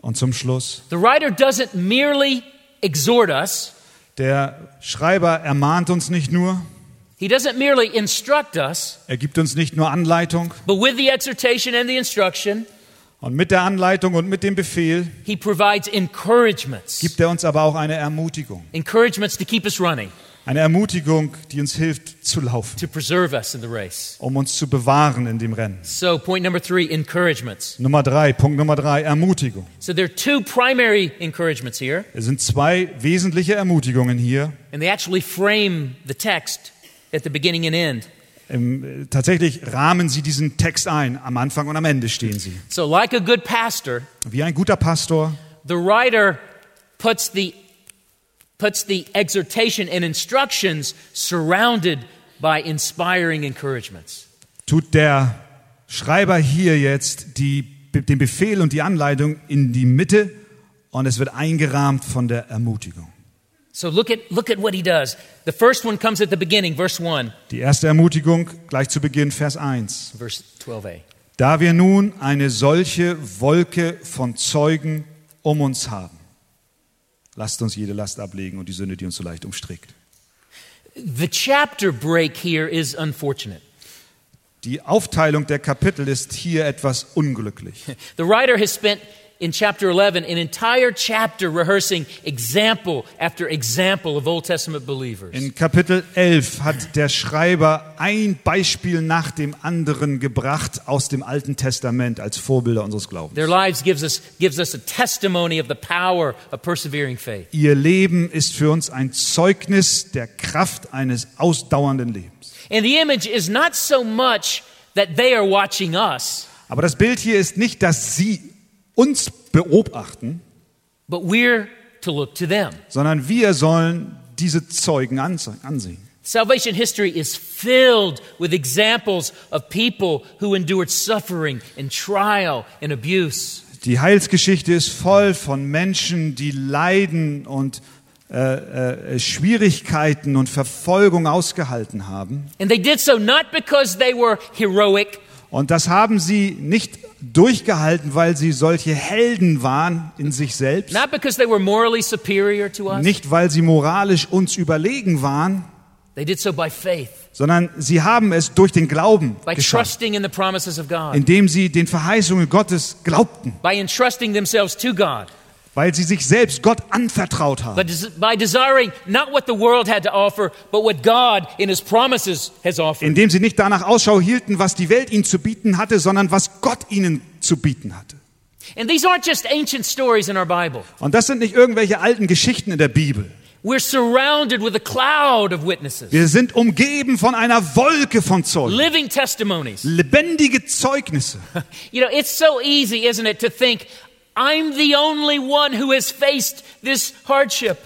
Speaker 1: Und zum Schluss.
Speaker 2: the writer doesn't merely exhort us,
Speaker 1: Der Schreiber ermahnt uns nicht nur,
Speaker 2: he doesn't merely instruct us,
Speaker 1: er gibt uns nicht nur Anleitung.
Speaker 2: but with the exhortation and the instruction,
Speaker 1: Und mit der Anleitung und mit dem Befehl
Speaker 2: he provides encouragements.
Speaker 1: gibt er uns aber auch eine Ermutigung.
Speaker 2: Encouragements to keep us running,
Speaker 1: Eine Ermutigung, die uns hilft zu laufen,
Speaker 2: to preserve us in the race.
Speaker 1: um uns zu bewahren in dem Rennen.
Speaker 2: So, point number three encouragements.
Speaker 1: Nummer drei, Punkt Nummer drei, Ermutigung.
Speaker 2: So, there are two primary encouragements here,
Speaker 1: Es sind zwei wesentliche Ermutigungen hier.
Speaker 2: and they actually frame the text at the beginning and end.
Speaker 1: Ähm, äh, tatsächlich rahmen sie diesen Text ein. Am Anfang und am Ende stehen sie.
Speaker 2: So, like a good pastor,
Speaker 1: Wie ein guter Pastor
Speaker 2: the writer puts the, puts the exhortation and instructions surrounded by inspiring encouragements.
Speaker 1: tut der Schreiber hier jetzt die, den Befehl und die Anleitung in die Mitte und es wird eingerahmt von der Ermutigung.
Speaker 2: So look at, look at what he does. The first one comes at the beginning, verse 1,
Speaker 1: Die erste Ermutigung gleich zu Beginn, Vers 1.
Speaker 2: verse 12a.
Speaker 1: Da wir nun eine solche Wolke von Zeugen um uns haben, lasst uns jede Last ablegen und die Sünde, die uns so leicht umstrickt.
Speaker 2: The chapter break here is unfortunate.
Speaker 1: Die Aufteilung der Kapitel ist hier etwas unglücklich.
Speaker 2: The writer has spent in chapter 11 an entire chapter rehearsing example after example of Old Testament believers.
Speaker 1: In Kapitel 11 hat der Schreiber ein Beispiel nach dem anderen gebracht aus dem Alten Testament als Vorbilder unseres Glaubens.
Speaker 2: Their lives gives us, gives us a testimony of the power of persevering faith.
Speaker 1: Ihr Leben ist für uns ein Zeugnis der Kraft eines ausdauernden Lebens.
Speaker 2: And the image is not so much that they are watching us,
Speaker 1: Aber das Bild hier ist nicht, dass Sie uns beobachten,
Speaker 2: but we're to look to them.
Speaker 1: sondern wir sollen diese Zeugen anse- ansehen.
Speaker 2: Salvation history is filled with examples of people who endured suffering and trial and abuse.
Speaker 1: Die Heilsgeschichte ist voll von Menschen, die Leiden und äh, äh, Schwierigkeiten und Verfolgung ausgehalten haben.
Speaker 2: And they did so not because they were heroic,
Speaker 1: Und das haben sie nicht durchgehalten, weil sie solche Helden waren in sich selbst,
Speaker 2: not because they were morally superior to us.
Speaker 1: nicht weil sie moralisch uns überlegen waren,
Speaker 2: They did so by faith,
Speaker 1: sondern sie haben es durch den Glauben
Speaker 2: by
Speaker 1: geschafft,
Speaker 2: trusting in the promises of God,
Speaker 1: indem sie den Verheißungen Gottes glaubten,
Speaker 2: by entrusting themselves to God,
Speaker 1: weil sie sich selbst Gott anvertraut haben.
Speaker 2: but des- by desiring not what the world had to offer, but what God in His promises has offered.
Speaker 1: indem sie nicht danach Ausschau hielten, was die Welt ihnen zu bieten hatte, sondern was Gott ihnen zu bieten hatte.
Speaker 2: And these aren't just ancient stories in our Bible.
Speaker 1: Und das sind nicht irgendwelche alten Geschichten in der Bibel.
Speaker 2: We're surrounded with a cloud of witnesses,
Speaker 1: Wir sind umgeben von einer Wolke von Zeugen.
Speaker 2: living testimonies.
Speaker 1: Lebendige Zeugnisse.
Speaker 2: You know, it's so easy, isn't it, to think, I'm the only one who has faced this hardship.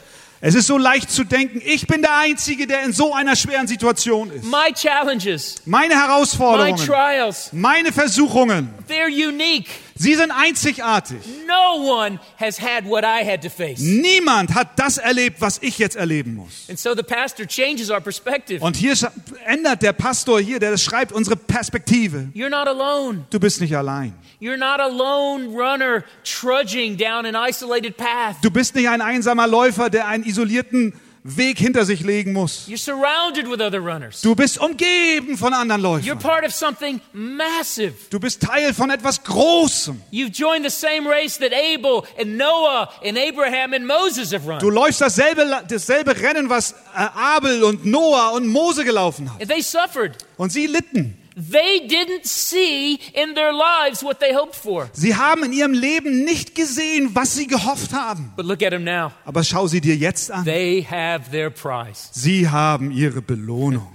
Speaker 1: Es ist so leicht zu denken, ich bin der Einzige, der in so einer schweren Situation ist.
Speaker 2: My challenges,
Speaker 1: Meine
Speaker 2: my
Speaker 1: Herausforderungen,
Speaker 2: trials,
Speaker 1: meine Versuchungen,
Speaker 2: they're unique.
Speaker 1: sie sind einzigartig.
Speaker 2: No one has had what I had to face.
Speaker 1: Niemand hat das erlebt, was ich jetzt erleben muss.
Speaker 2: And so the pastor changes our perspective.
Speaker 1: Und hier scha- ändert der Pastor hier, der das schreibt, unsere Perspektive.
Speaker 2: You're not alone.
Speaker 1: Du bist nicht allein.
Speaker 2: You're not a lone runner trudging down an isolated path.
Speaker 1: Du bist nicht ein einsamer Läufer, der einen isolierten Weg hinter sich legen muss.
Speaker 2: You're surrounded with other runners.
Speaker 1: Du bist umgeben von anderen
Speaker 2: You're
Speaker 1: Läufern.
Speaker 2: part of something massive.
Speaker 1: Du bist Teil von etwas Großem.
Speaker 2: You've joined the same race that Abel and Noah and Abraham and Moses have
Speaker 1: Du
Speaker 2: run.
Speaker 1: läufst dasselbe, La- dasselbe Rennen, was äh, Abel und Noah und Mose gelaufen hat.
Speaker 2: And They suffered.
Speaker 1: Und sie litten.
Speaker 2: They didn't see in their lives what they hoped for.
Speaker 1: Sie haben in ihrem Leben nicht gesehen, was sie gehofft haben.
Speaker 2: But look at them now.
Speaker 1: Aber schau sie dir jetzt an.
Speaker 2: They have their prize.
Speaker 1: Sie haben ihre Belohnung.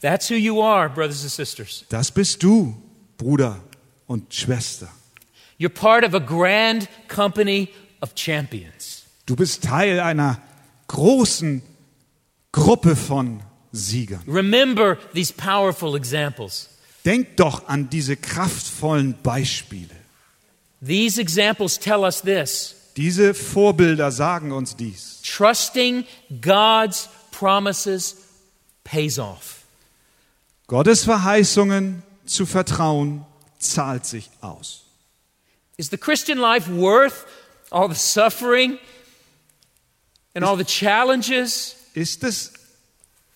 Speaker 2: That's who you are, brothers and sisters.
Speaker 1: Das bist du, Bruder und Schwester.
Speaker 2: You're part of a grand company of champions.
Speaker 1: Du bist Teil einer großen Gruppe von Siegern.
Speaker 2: Remember these powerful examples.
Speaker 1: Denk doch an diese kraftvollen Beispiele.
Speaker 2: These examples tell us this
Speaker 1: Diese Vorbilder sagen uns dies.
Speaker 2: trusting God's promises pays off.
Speaker 1: Gottes Verheißungen zu vertrauen, zahlt sich aus.
Speaker 2: Is the Christian life worth all the suffering and all the challenges?
Speaker 1: Ist es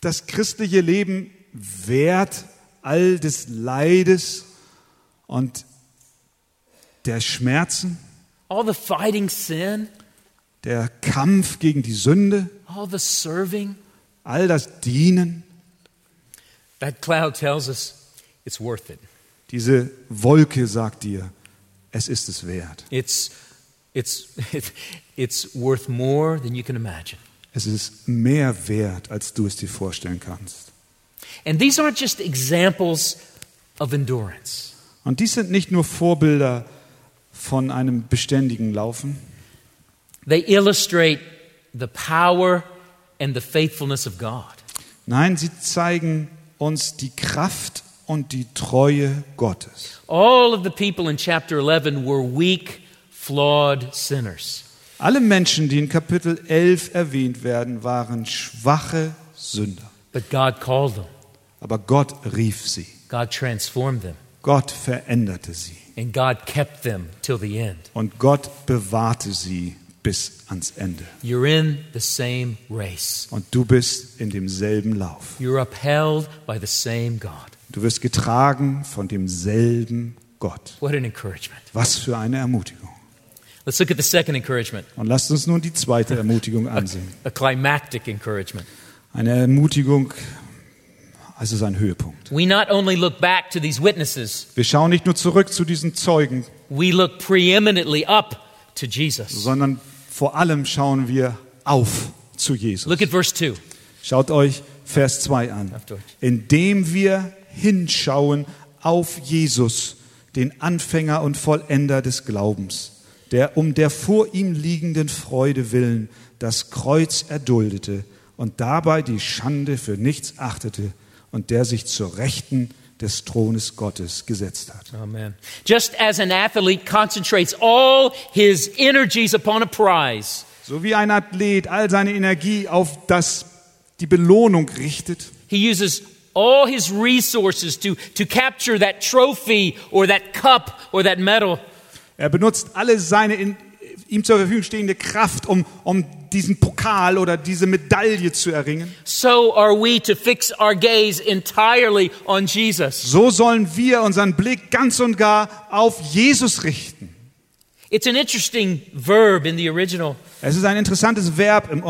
Speaker 1: das christliche Leben wert all des Leides und der Schmerzen,
Speaker 2: All the fighting sin?
Speaker 1: der Kampf gegen die Sünde,
Speaker 2: All the serving?
Speaker 1: all das Dienen?
Speaker 2: That cloud tells us it's worth it.
Speaker 1: Diese Wolke sagt dir, es ist es wert.
Speaker 2: It's, it's, it's worth more than you can imagine.
Speaker 1: Es ist mehr wert, als du es dir vorstellen kannst.
Speaker 2: And these aren't just examples of endurance.
Speaker 1: Und dies sind nicht nur Vorbilder von einem beständigen Laufen,
Speaker 2: They illustrate the power and the faithfulness of God.
Speaker 1: Nein, sie zeigen uns die Kraft und die Treue Gottes.
Speaker 2: All of the people in chapter 11 were weak, flawed sinners.
Speaker 1: Alle Menschen, die in Kapitel 11 erwähnt werden, waren schwache Sünder.
Speaker 2: But God called them,
Speaker 1: Aber Gott rief sie.
Speaker 2: God transformed them,
Speaker 1: Gott veränderte sie.
Speaker 2: and God kept them till the end.
Speaker 1: Und Gott bewahrte sie bis ans Ende.
Speaker 2: You're in the same race,
Speaker 1: Und du bist in demselben Lauf.
Speaker 2: you're upheld by the same God.
Speaker 1: Du wirst getragen von demselben Gott.
Speaker 2: What an encouragement.
Speaker 1: Was für eine Ermutigung.
Speaker 2: Let's look at the second encouragement,
Speaker 1: Und lasst uns nun die zweite Ermutigung ansehen.
Speaker 2: a climactic encouragement.
Speaker 1: Eine Ermutigung, es ist ein Höhepunkt.
Speaker 2: We not only look back to these witnesses,
Speaker 1: Wir schauen nicht nur zurück zu diesen Zeugen,
Speaker 2: we look preeminently up to Jesus.
Speaker 1: sondern vor allem schauen wir auf zu Jesus.
Speaker 2: Look at verse 2.
Speaker 1: Schaut euch Vers 2 an.
Speaker 2: Auf Deutsch.
Speaker 1: Indem wir hinschauen auf Jesus, den Anfänger und Vollender des Glaubens, der um der vor ihm liegenden Freude willen das Kreuz erduldete und dabei die Schande für nichts achtete und der sich zur Rechten des Thrones Gottes gesetzt hat.
Speaker 2: Amen. Just as an athlete concentrates all his energies upon a prize,
Speaker 1: So wie ein Athlet all seine Energie auf das, die Belohnung richtet,
Speaker 2: he uses all his resources to, to capture that trophy or that cup or that medal.
Speaker 1: er benutzt alle seine in, ihm zur Verfügung stehende Kraft, um, um diesen Pokal oder diese Medaille zu erringen.
Speaker 2: So are we to fix our gaze entirely on Jesus.
Speaker 1: So sollen wir unseren Blick ganz und gar auf Jesus richten.
Speaker 2: It's an interesting verb in the original.
Speaker 1: Es ist ein interessantes Verb im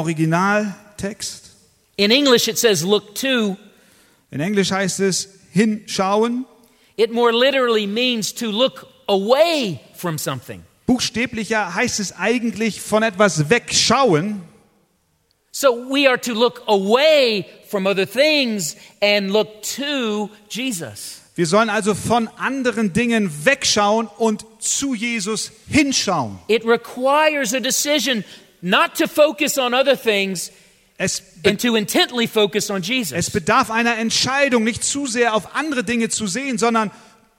Speaker 1: Originaltext.
Speaker 2: In English, it says look to.
Speaker 1: In Englisch heißt es hinschauen.
Speaker 2: It more literally means to look away from something.
Speaker 1: Buchstäblicher heißt es eigentlich von etwas wegschauen.
Speaker 2: So we are to look away from other things and look to Jesus.
Speaker 1: Wir sollen also von anderen Dingen wegschauen und zu Jesus hinschauen.
Speaker 2: It requires a decision not to focus on other things
Speaker 1: Es, be
Speaker 2: and to intently focus on Jesus.
Speaker 1: es bedarf einer Entscheidung, nicht zu sehr auf andere Dinge zu sehen, sondern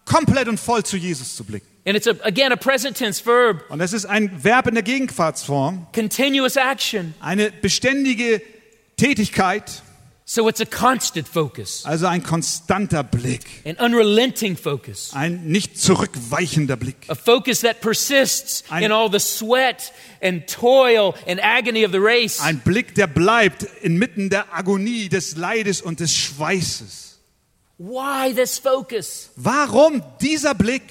Speaker 1: komplett und voll zu Jesus zu blicken.
Speaker 2: And it's a, again a present tense verb,
Speaker 1: Und das ist ein Verb in der Gegenwartsform,
Speaker 2: continuous action.
Speaker 1: eine beständige Tätigkeit,
Speaker 2: So it's a constant focus,
Speaker 1: also ein konstanter Blick,
Speaker 2: an unrelenting focus,
Speaker 1: ein nicht zurückweichender Blick.
Speaker 2: a focus that persists
Speaker 1: Ein-
Speaker 2: in all the sweat and toil and agony of the race.
Speaker 1: Ein Blick, der bleibt inmitten der Agonie, des Leides und des Schweißes.
Speaker 2: Why this focus?
Speaker 1: Warum dieser Blick?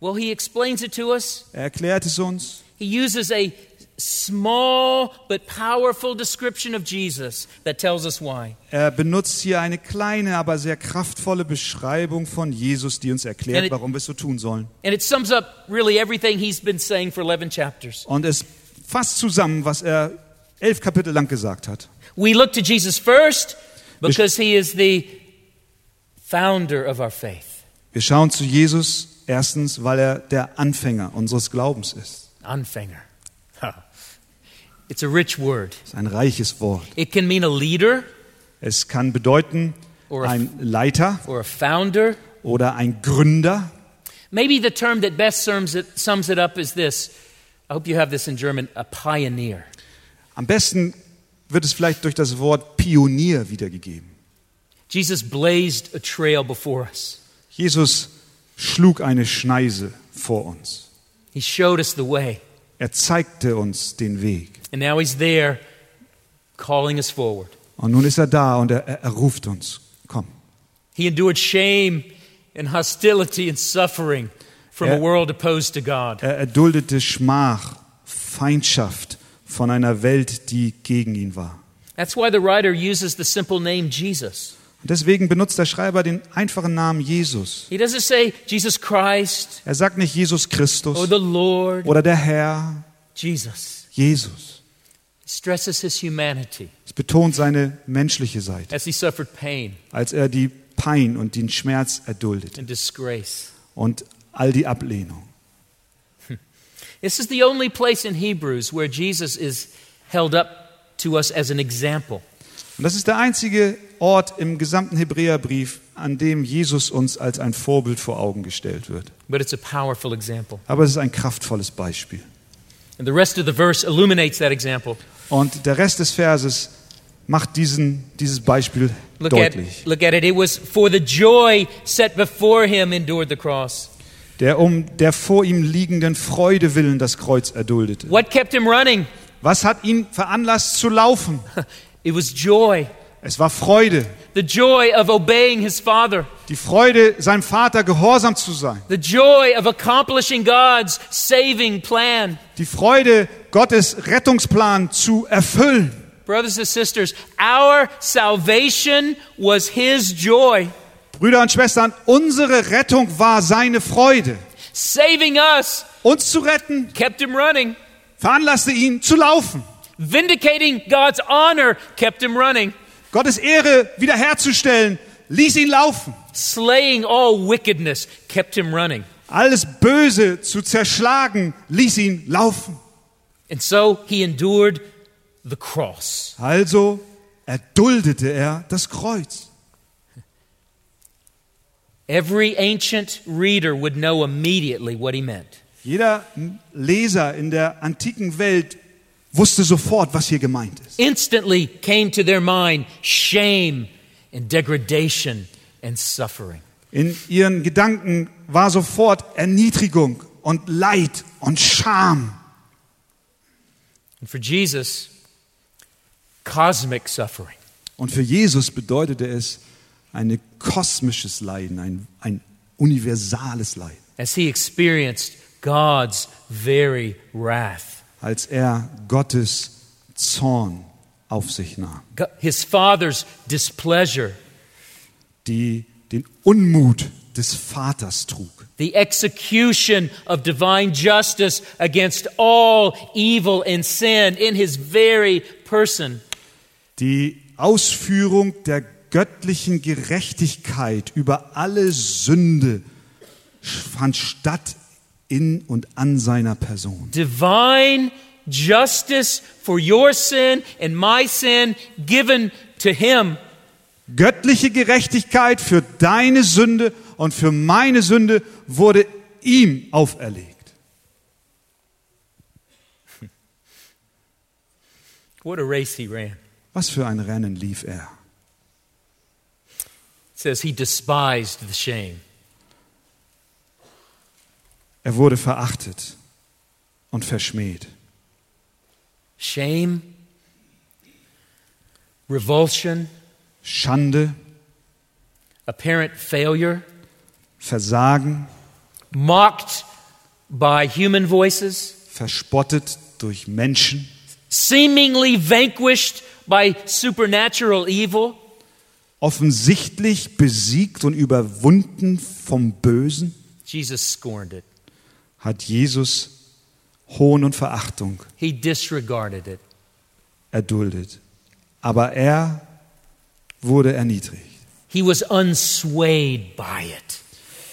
Speaker 2: Well, he explains it to us.
Speaker 1: Er erklärt es uns.
Speaker 2: He uses a small but powerful description of Jesus that tells us why.
Speaker 1: Er benutzt hier eine kleine, aber sehr kraftvolle Beschreibung von Jesus, die uns
Speaker 2: Ja,
Speaker 1: erklärt,
Speaker 2: die-
Speaker 1: warum wir es so tun sollen.
Speaker 2: And it sums up really everything he's been saying for 11 chapters.
Speaker 1: Und es fasst zusammen, was er elf Kapitel lang gesagt hat.
Speaker 2: We look to Jesus first because he is the founder of our faith.
Speaker 1: Wir schauen zu Jesus erstens, weil er der Anfänger unseres Glaubens ist.
Speaker 2: Anfänger. Huh. It's a rich word.
Speaker 1: Das ist ein reiches Wort.
Speaker 2: It can mean a leader
Speaker 1: Es kann bedeuten,
Speaker 2: Or a-
Speaker 1: ein Leiter
Speaker 2: or a founder.
Speaker 1: oder ein Gründer.
Speaker 2: Maybe the term that best sums it, sums it up is this. I hope you have this in German a pioneer.
Speaker 1: Am besten wird es vielleicht durch das Wort Pionier wiedergegeben.
Speaker 2: Jesus blazed a trail before us.
Speaker 1: Jesus schlug eine Schneise vor uns.
Speaker 2: He showed us the way,
Speaker 1: Er zeigte uns den Weg.
Speaker 2: and now he's there calling us forward.
Speaker 1: Und nun ist er da und er, er, er ruft uns. Komm.
Speaker 2: He endured shame and hostility and suffering from
Speaker 1: Yeah.
Speaker 2: a world opposed to God.
Speaker 1: Er erduldete Schmach, Feindschaft von einer Welt, die gegen ihn war.
Speaker 2: That's why the writer uses the simple name Jesus.
Speaker 1: Und deswegen benutzt der Schreiber den einfachen Namen Jesus.
Speaker 2: He doesn't say Jesus Christ
Speaker 1: Er sagt nicht Jesus
Speaker 2: or
Speaker 1: Christus
Speaker 2: the Lord,
Speaker 1: oder der Herr
Speaker 2: Jesus.
Speaker 1: Jesus.
Speaker 2: He stresses his humanity
Speaker 1: Es betont seine menschliche Seite,
Speaker 2: as he suffered pain
Speaker 1: als er die Pein und den Schmerz erduldete
Speaker 2: and disgrace.
Speaker 1: und all die Ablehnung.
Speaker 2: This is the only place in Hebrews where Jesus is held up to us as an example.
Speaker 1: Und das ist der einzige Ort im gesamten Hebräerbrief, an dem Jesus uns als ein Vorbild vor Augen gestellt wird.
Speaker 2: But it's a powerful example.
Speaker 1: Aber es ist ein kraftvolles Beispiel.
Speaker 2: And the rest of the verse illuminates that example.
Speaker 1: Und der Rest des Verses macht diesen, dieses Beispiel
Speaker 2: Look
Speaker 1: deutlich.
Speaker 2: at, look at it. It was for the joy set before him endured the cross.
Speaker 1: Der um der vor ihm liegenden Freude willen das Kreuz erduldete.
Speaker 2: What kept him running?
Speaker 1: Was hat ihn veranlasst zu laufen?
Speaker 2: It was joy.
Speaker 1: Es war Freude.
Speaker 2: The joy of obeying his father.
Speaker 1: Die Freude, seinem Vater gehorsam zu sein.
Speaker 2: The joy of accomplishing God's saving plan.
Speaker 1: Die Freude, Gottes Rettungsplan zu erfüllen.
Speaker 2: Brothers and sisters, our salvation was his joy.
Speaker 1: Brüder und Schwestern, unsere Rettung war seine Freude.
Speaker 2: Saving us
Speaker 1: Uns zu retten,
Speaker 2: kept him running.
Speaker 1: veranlasste ihn zu laufen.
Speaker 2: Vindicating God's honor kept him running.
Speaker 1: Gottes Ehre wiederherzustellen, ließ ihn laufen.
Speaker 2: Slaying all wickedness kept him running.
Speaker 1: Alles Böse zu zerschlagen, ließ ihn laufen.
Speaker 2: And so he endured the cross.
Speaker 1: Also erduldete er das Kreuz.
Speaker 2: Every ancient reader would know immediately what he meant.
Speaker 1: Jeder Leser in der antiken Welt wusste sofort, was hier gemeint ist.
Speaker 2: Instantly came to their mind shame and degradation and suffering.
Speaker 1: In ihren Gedanken war sofort Erniedrigung und Leid und Scham.
Speaker 2: And for Jesus, cosmic suffering.
Speaker 1: Und für Jesus bedeutete es ein kosmisches Leiden, ein, ein universales Leiden,
Speaker 2: As he experienced God's very wrath.
Speaker 1: als er Gottes Zorn auf sich nahm.
Speaker 2: Go- His Father's displeasure
Speaker 1: die, den Unmut des Vaters trug.
Speaker 2: the execution of divine justice against all evil and sin in his very person.
Speaker 1: Die Ausführung der göttlichen Gerechtigkeit über alle Sünde fand statt in und an seiner Person.
Speaker 2: Divine justice for your sin and my sin given to him.
Speaker 1: Göttliche Gerechtigkeit für deine Sünde und für meine Sünde wurde ihm auferlegt.
Speaker 2: What a race he ran.
Speaker 1: Was für ein Rennen lief er.
Speaker 2: It says he despised the shame.
Speaker 1: Er wurde verachtet und verschmäht.
Speaker 2: Shame, revulsion,
Speaker 1: Schande,
Speaker 2: apparent failure,
Speaker 1: Versagen,
Speaker 2: mocked by human voices.
Speaker 1: verspottet durch Menschen,
Speaker 2: seemingly vanquished by supernatural evil,
Speaker 1: offensichtlich besiegt und überwunden vom Bösen,
Speaker 2: Jesus scorned it.
Speaker 1: hat Jesus Hohn und Verachtung
Speaker 2: He disregarded it.
Speaker 1: erduldet. Aber er wurde erniedrigt.
Speaker 2: He was unswayed by it.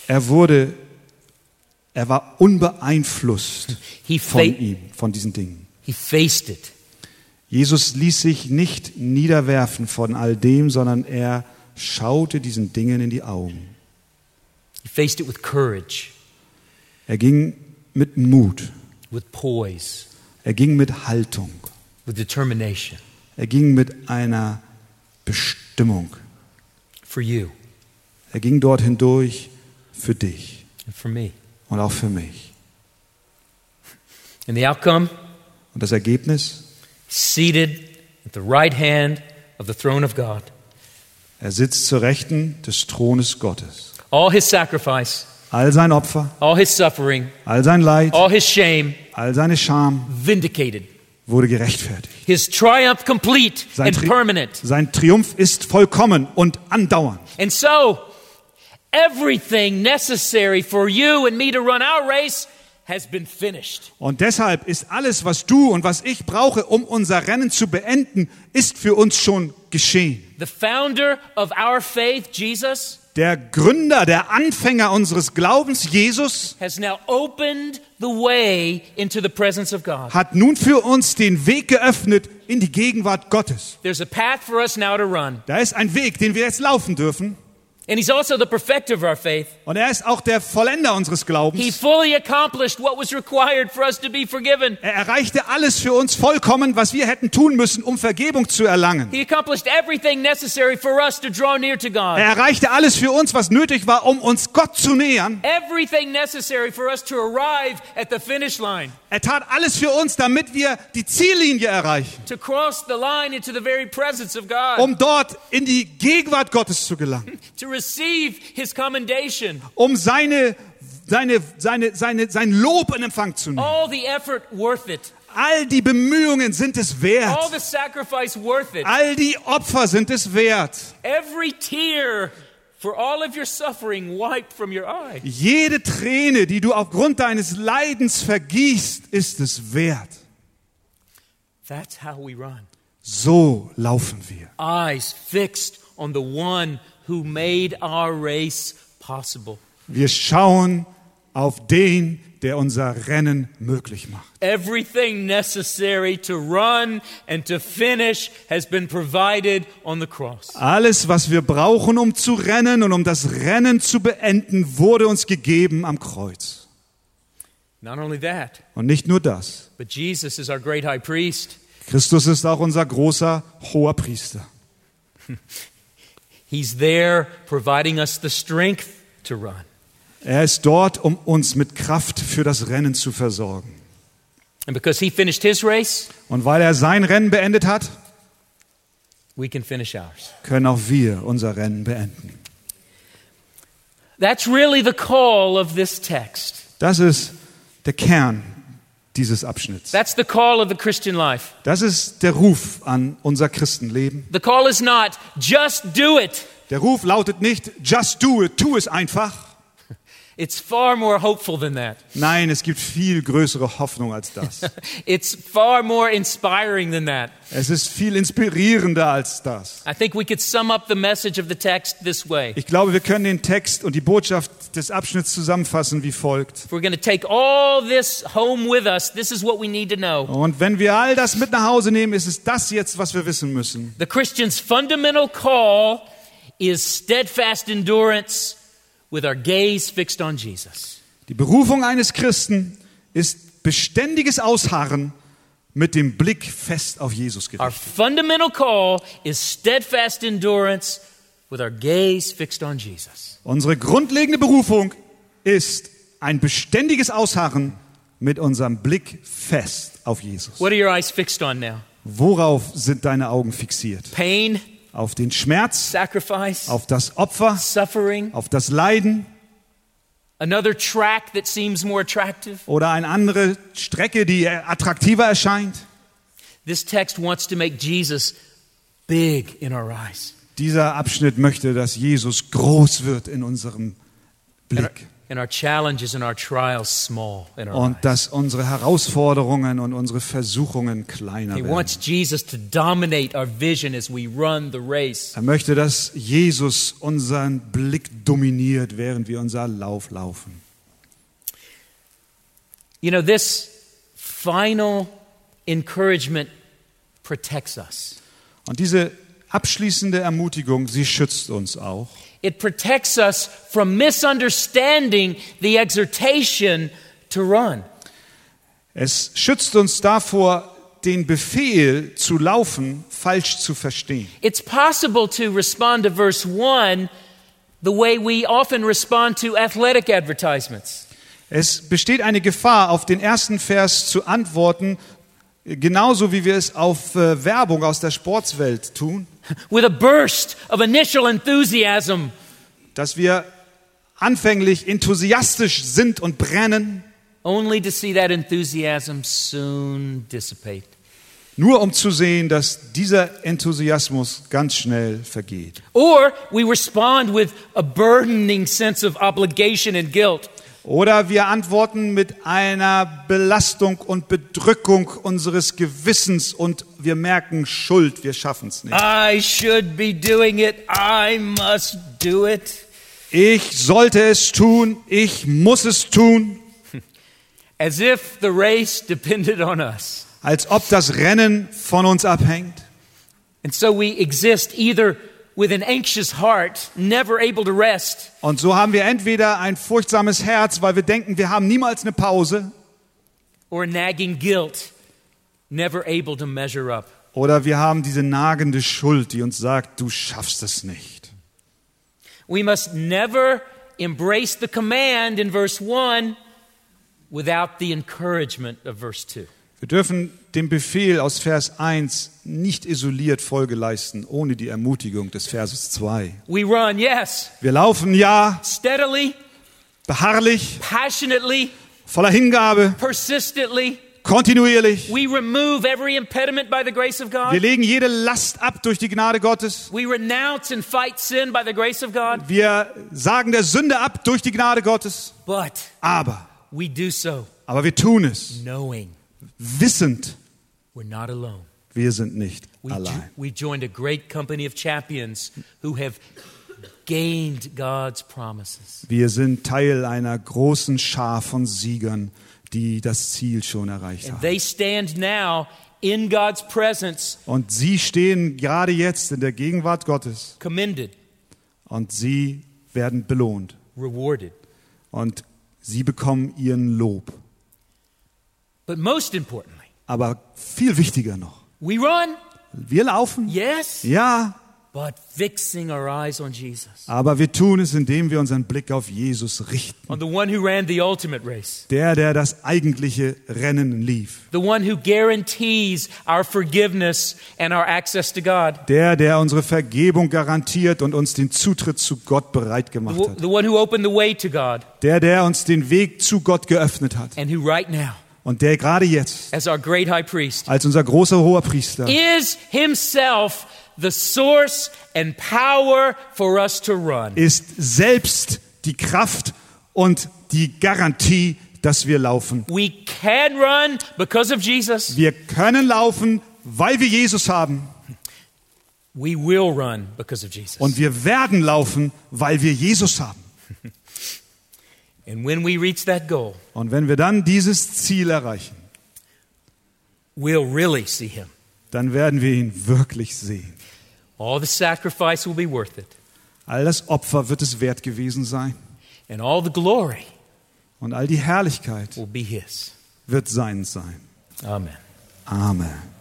Speaker 1: Er wurde, er war unbeeinflusst
Speaker 2: He,
Speaker 1: von
Speaker 2: fa-
Speaker 1: ihm, von diesen Dingen.
Speaker 2: he faced it.
Speaker 1: Jesus ließ sich nicht niederwerfen von all dem, sondern er schaute diesen Dingen in die Augen.
Speaker 2: He faced it with courage,
Speaker 1: Er ging mit Mut,
Speaker 2: with poise,
Speaker 1: er ging mit Haltung,
Speaker 2: with determination
Speaker 1: er ging mit einer Bestimmung.
Speaker 2: for you
Speaker 1: Er ging dorthin durch für dich
Speaker 2: and for me.
Speaker 1: und auch für mich.
Speaker 2: And the outcome?
Speaker 1: Und das Ergebnis?
Speaker 2: Seated at the right hand of the throne of God.
Speaker 1: Er sitzt zur Rechten des Thrones Gottes.
Speaker 2: All his sacrifice,
Speaker 1: All sein Opfer,
Speaker 2: all his suffering,
Speaker 1: all sein Leid,
Speaker 2: all his shame,
Speaker 1: all seine Scham
Speaker 2: vindicated.
Speaker 1: wurde gerechtfertigt.
Speaker 2: His triumph complete
Speaker 1: Sein,
Speaker 2: and
Speaker 1: Tri-
Speaker 2: permanent.
Speaker 1: sein Triumph ist vollkommen und andauernd.
Speaker 2: And so, everything necessary for you and me to run our race has been finished.
Speaker 1: Und deshalb ist alles, was du und was ich brauche, um unser Rennen zu beenden, ist für uns schon geschehen.
Speaker 2: The founder of our faith, Jesus,
Speaker 1: Der Gründer, der Anfänger unseres Glaubens, Jesus,
Speaker 2: has now opened the way into the presence of God.
Speaker 1: hat nun für uns den Weg geöffnet in die Gegenwart Gottes.
Speaker 2: There's a path for us now to run.
Speaker 1: Da ist ein Weg, den wir jetzt laufen dürfen.
Speaker 2: And He's also the perfecter of our faith.
Speaker 1: Und er ist auch der Vollender unseres
Speaker 2: He
Speaker 1: Glaubens.
Speaker 2: fully accomplished what was required for us to be forgiven.
Speaker 1: Er erreichte alles für uns vollkommen, was wir hätten tun müssen, um Vergebung zu erlangen.
Speaker 2: He accomplished everything necessary for us to draw near to
Speaker 1: Er
Speaker 2: God.
Speaker 1: erreichte alles für uns, was nötig war, um uns Gott zu nähern.
Speaker 2: Everything necessary for us to arrive at the finish line,
Speaker 1: Er tat alles für uns, damit wir die Ziellinie erreichen.
Speaker 2: to cross the line into the very presence of God.
Speaker 1: um dort in die Gegenwart Gottes zu gelangen,
Speaker 2: to receive his commendation.
Speaker 1: um seine, seine, seine, seine, sein Lob in Empfang zu nehmen.
Speaker 2: All the effort worth it.
Speaker 1: All die Bemühungen sind es
Speaker 2: All
Speaker 1: wert.
Speaker 2: the sacrifice worth it.
Speaker 1: All die Opfer sind es wert.
Speaker 2: Every tear for all of your suffering wiped from your eye.
Speaker 1: Jede Träne, die du aufgrund deines Leidens vergießt, ist es wert.
Speaker 2: That's how we run.
Speaker 1: So laufen wir.
Speaker 2: Eyes fixed on the one who made our race possible.
Speaker 1: Wir schauen auf den, der unser Rennen möglich macht.
Speaker 2: Everything necessary to run and to finish has been provided on the cross.
Speaker 1: Alles, was wir brauchen, um zu rennen und um das Rennen zu beenden, wurde uns gegeben am Kreuz.
Speaker 2: Not only that,
Speaker 1: Und nicht nur das.
Speaker 2: but Jesus is our great high priest.
Speaker 1: Christus ist auch unser großer hoher Priester.
Speaker 2: He's there providing us the strength to run.
Speaker 1: Er ist dort, um uns mit Kraft für das Rennen zu versorgen.
Speaker 2: And because he finished his race,
Speaker 1: Und weil er sein Rennen beendet hat,
Speaker 2: we can finish ours.
Speaker 1: können auch wir unser Rennen beenden.
Speaker 2: That's really the call of this text.
Speaker 1: Das ist der Kern dieses Abschnitts.
Speaker 2: That's the call of the Christian life.
Speaker 1: Das ist der Ruf an unser Christenleben.
Speaker 2: The call is not just do it,
Speaker 1: Der Ruf lautet nicht, just do it, tu es einfach.
Speaker 2: It's far more hopeful than that.
Speaker 1: Nein, es gibt viel größere Hoffnung als das.
Speaker 2: It's far more inspiring than that.
Speaker 1: Es ist viel inspirierender als das.
Speaker 2: I think we could sum up the message of the text this way.
Speaker 1: Ich glaube, wir können den Text und die Botschaft des Abschnitts zusammenfassen wie folgt.
Speaker 2: If we're going to take all this home with us, this is what we need to know.
Speaker 1: Und wenn wir all das mit nach Hause nehmen, ist es das jetzt, was wir wissen müssen.
Speaker 2: The Christian's fundamental call is steadfast endurance with our gaze fixed on Jesus.
Speaker 1: Die Berufung eines Christen ist beständiges Ausharren mit dem Blick fest auf Jesus
Speaker 2: Our
Speaker 1: gerichtet.
Speaker 2: fundamental call is steadfast endurance with our gaze fixed on Jesus.
Speaker 1: Unsere grundlegende Berufung ist ein beständiges Ausharren mit unserem Blick fest auf Jesus.
Speaker 2: What are your eyes fixed on now?
Speaker 1: Worauf sind deine Augen fixiert?
Speaker 2: Pain,
Speaker 1: Auf den Schmerz,
Speaker 2: sacrifice,
Speaker 1: auf das Opfer,
Speaker 2: suffering,
Speaker 1: auf das Leiden
Speaker 2: another track that seems more attractive.
Speaker 1: oder eine andere Strecke, die attraktiver erscheint?
Speaker 2: This text wants to make Jesus big in our eyes,
Speaker 1: Dieser Abschnitt möchte, dass Jesus groß wird in unserem Blick.
Speaker 2: and our challenges and our trials small in our
Speaker 1: und
Speaker 2: eyes.
Speaker 1: dass unsere Herausforderungen und unsere Versuchungen kleiner
Speaker 2: He
Speaker 1: werden.
Speaker 2: wants Jesus to dominate our vision as we run the race.
Speaker 1: Er möchte, dass Jesus unseren Blick dominiert, während wir unser Lauf laufen.
Speaker 2: You know, this final encouragement protects us.
Speaker 1: Und diese abschließende Ermutigung, sie schützt uns auch.
Speaker 2: It protects us from misunderstanding the exhortation to run.
Speaker 1: Es schützt uns davor, den Befehl zu laufen falsch zu verstehen.
Speaker 2: It's possible to respond to verse 1 the way we often respond to athletic advertisements.
Speaker 1: Es besteht eine Gefahr, auf den ersten Vers zu antworten, genauso wie wir es auf äh, Werbung aus der Sportswelt tun.
Speaker 2: With a burst of initial enthusiasm,
Speaker 1: dass wir anfänglich enthusiastisch sind und brennen,
Speaker 2: only to see that enthusiasm soon dissipate.
Speaker 1: nur um zu sehen, dass dieser Enthusiasmus ganz schnell vergeht.
Speaker 2: Or we respond with a burdening sense of obligation and guilt.
Speaker 1: Oder wir antworten mit einer Belastung und Bedrückung unseres Gewissens und wir merken Schuld, wir schaffen es nicht.
Speaker 2: I should be doing it. I must do it.
Speaker 1: Ich sollte es tun, ich muss es tun,
Speaker 2: As if the race depended on us.
Speaker 1: als ob das Rennen von uns abhängt.
Speaker 2: And so we exist either with an anxious heart, never able to rest,
Speaker 1: Und so haben wir entweder ein furchtsames Herz, weil wir denken, wir haben niemals eine Pause,
Speaker 2: or nagging guilt, never able to measure up.
Speaker 1: Oder wir haben diese nagende Schuld, die uns sagt, du schaffst es nicht.
Speaker 2: We must never embrace the command in verse 1 without the encouragement of verse 2.
Speaker 1: Wir dürfen dem Befehl aus Vers 1 nicht isoliert Folge leisten, ohne die Ermutigung des Verses 2.
Speaker 2: We run, yes,
Speaker 1: Wir laufen ja
Speaker 2: steadily,
Speaker 1: beharrlich,
Speaker 2: passionately,
Speaker 1: voller Hingabe,
Speaker 2: persistently.
Speaker 1: kontinuierlich.
Speaker 2: We remove every impediment by the grace of
Speaker 1: Wir
Speaker 2: God.
Speaker 1: legen jede Last ab durch die Gnade Gottes.
Speaker 2: We renounce and fight sin by the grace of God,
Speaker 1: Wir sagen der Sünde ab durch die Gnade Gottes.
Speaker 2: but
Speaker 1: Aber,
Speaker 2: we do so
Speaker 1: aber wir tun es,
Speaker 2: knowing
Speaker 1: wissend,
Speaker 2: we're not alone.
Speaker 1: wir sind nicht
Speaker 2: We, jo-
Speaker 1: allein.
Speaker 2: we joined a great company of champions who have gained God's promises.
Speaker 1: Wir sind Teil einer großen Schar von Siegern, die das Ziel schon erreicht
Speaker 2: And
Speaker 1: haben.
Speaker 2: they stand now in God's presence,
Speaker 1: Und sie stehen gerade jetzt in der Gegenwart Gottes
Speaker 2: commended,
Speaker 1: und sie werden belohnt
Speaker 2: rewarded.
Speaker 1: und sie bekommen ihren Lob.
Speaker 2: But most importantly,
Speaker 1: Aber viel wichtiger noch,
Speaker 2: we run,
Speaker 1: wir laufen,
Speaker 2: yes,
Speaker 1: ja,
Speaker 2: but fixing our eyes on Jesus,
Speaker 1: aber wir tun es, indem wir unseren Blick auf Jesus richten.
Speaker 2: on the one who ran the ultimate race.
Speaker 1: Der, der das eigentliche Rennen lief.
Speaker 2: the one who guarantees our forgiveness and our access to God,
Speaker 1: Der, der unsere Vergebung garantiert und uns den Zutritt zu Gott bereit
Speaker 2: the,
Speaker 1: gemacht
Speaker 2: wo-
Speaker 1: hat.
Speaker 2: the one who opened the way to God,
Speaker 1: Der, der uns den Weg zu Gott geöffnet hat
Speaker 2: and who right now
Speaker 1: Und der gerade jetzt,
Speaker 2: as our great high priest,
Speaker 1: als unser großer hoher Priester,
Speaker 2: is himself the source and power for us to run.
Speaker 1: ist selbst die Kraft und die Garantie, dass wir laufen.
Speaker 2: We can run because of Jesus.
Speaker 1: Wir können laufen, weil wir Jesus haben.
Speaker 2: We will run because of Jesus.
Speaker 1: Und wir werden laufen, weil wir Jesus haben.
Speaker 2: And when we reach that goal,
Speaker 1: Und wenn wir dann dieses Ziel erreichen,
Speaker 2: we'll really see him.
Speaker 1: dann werden wir ihn wirklich sehen.
Speaker 2: All the sacrifice will be worth it,
Speaker 1: All das Opfer wird es wert gewesen sein.
Speaker 2: and all the glory
Speaker 1: Und all die Herrlichkeit
Speaker 2: will be his.
Speaker 1: wird sein sein.
Speaker 2: Amen.
Speaker 1: Amen.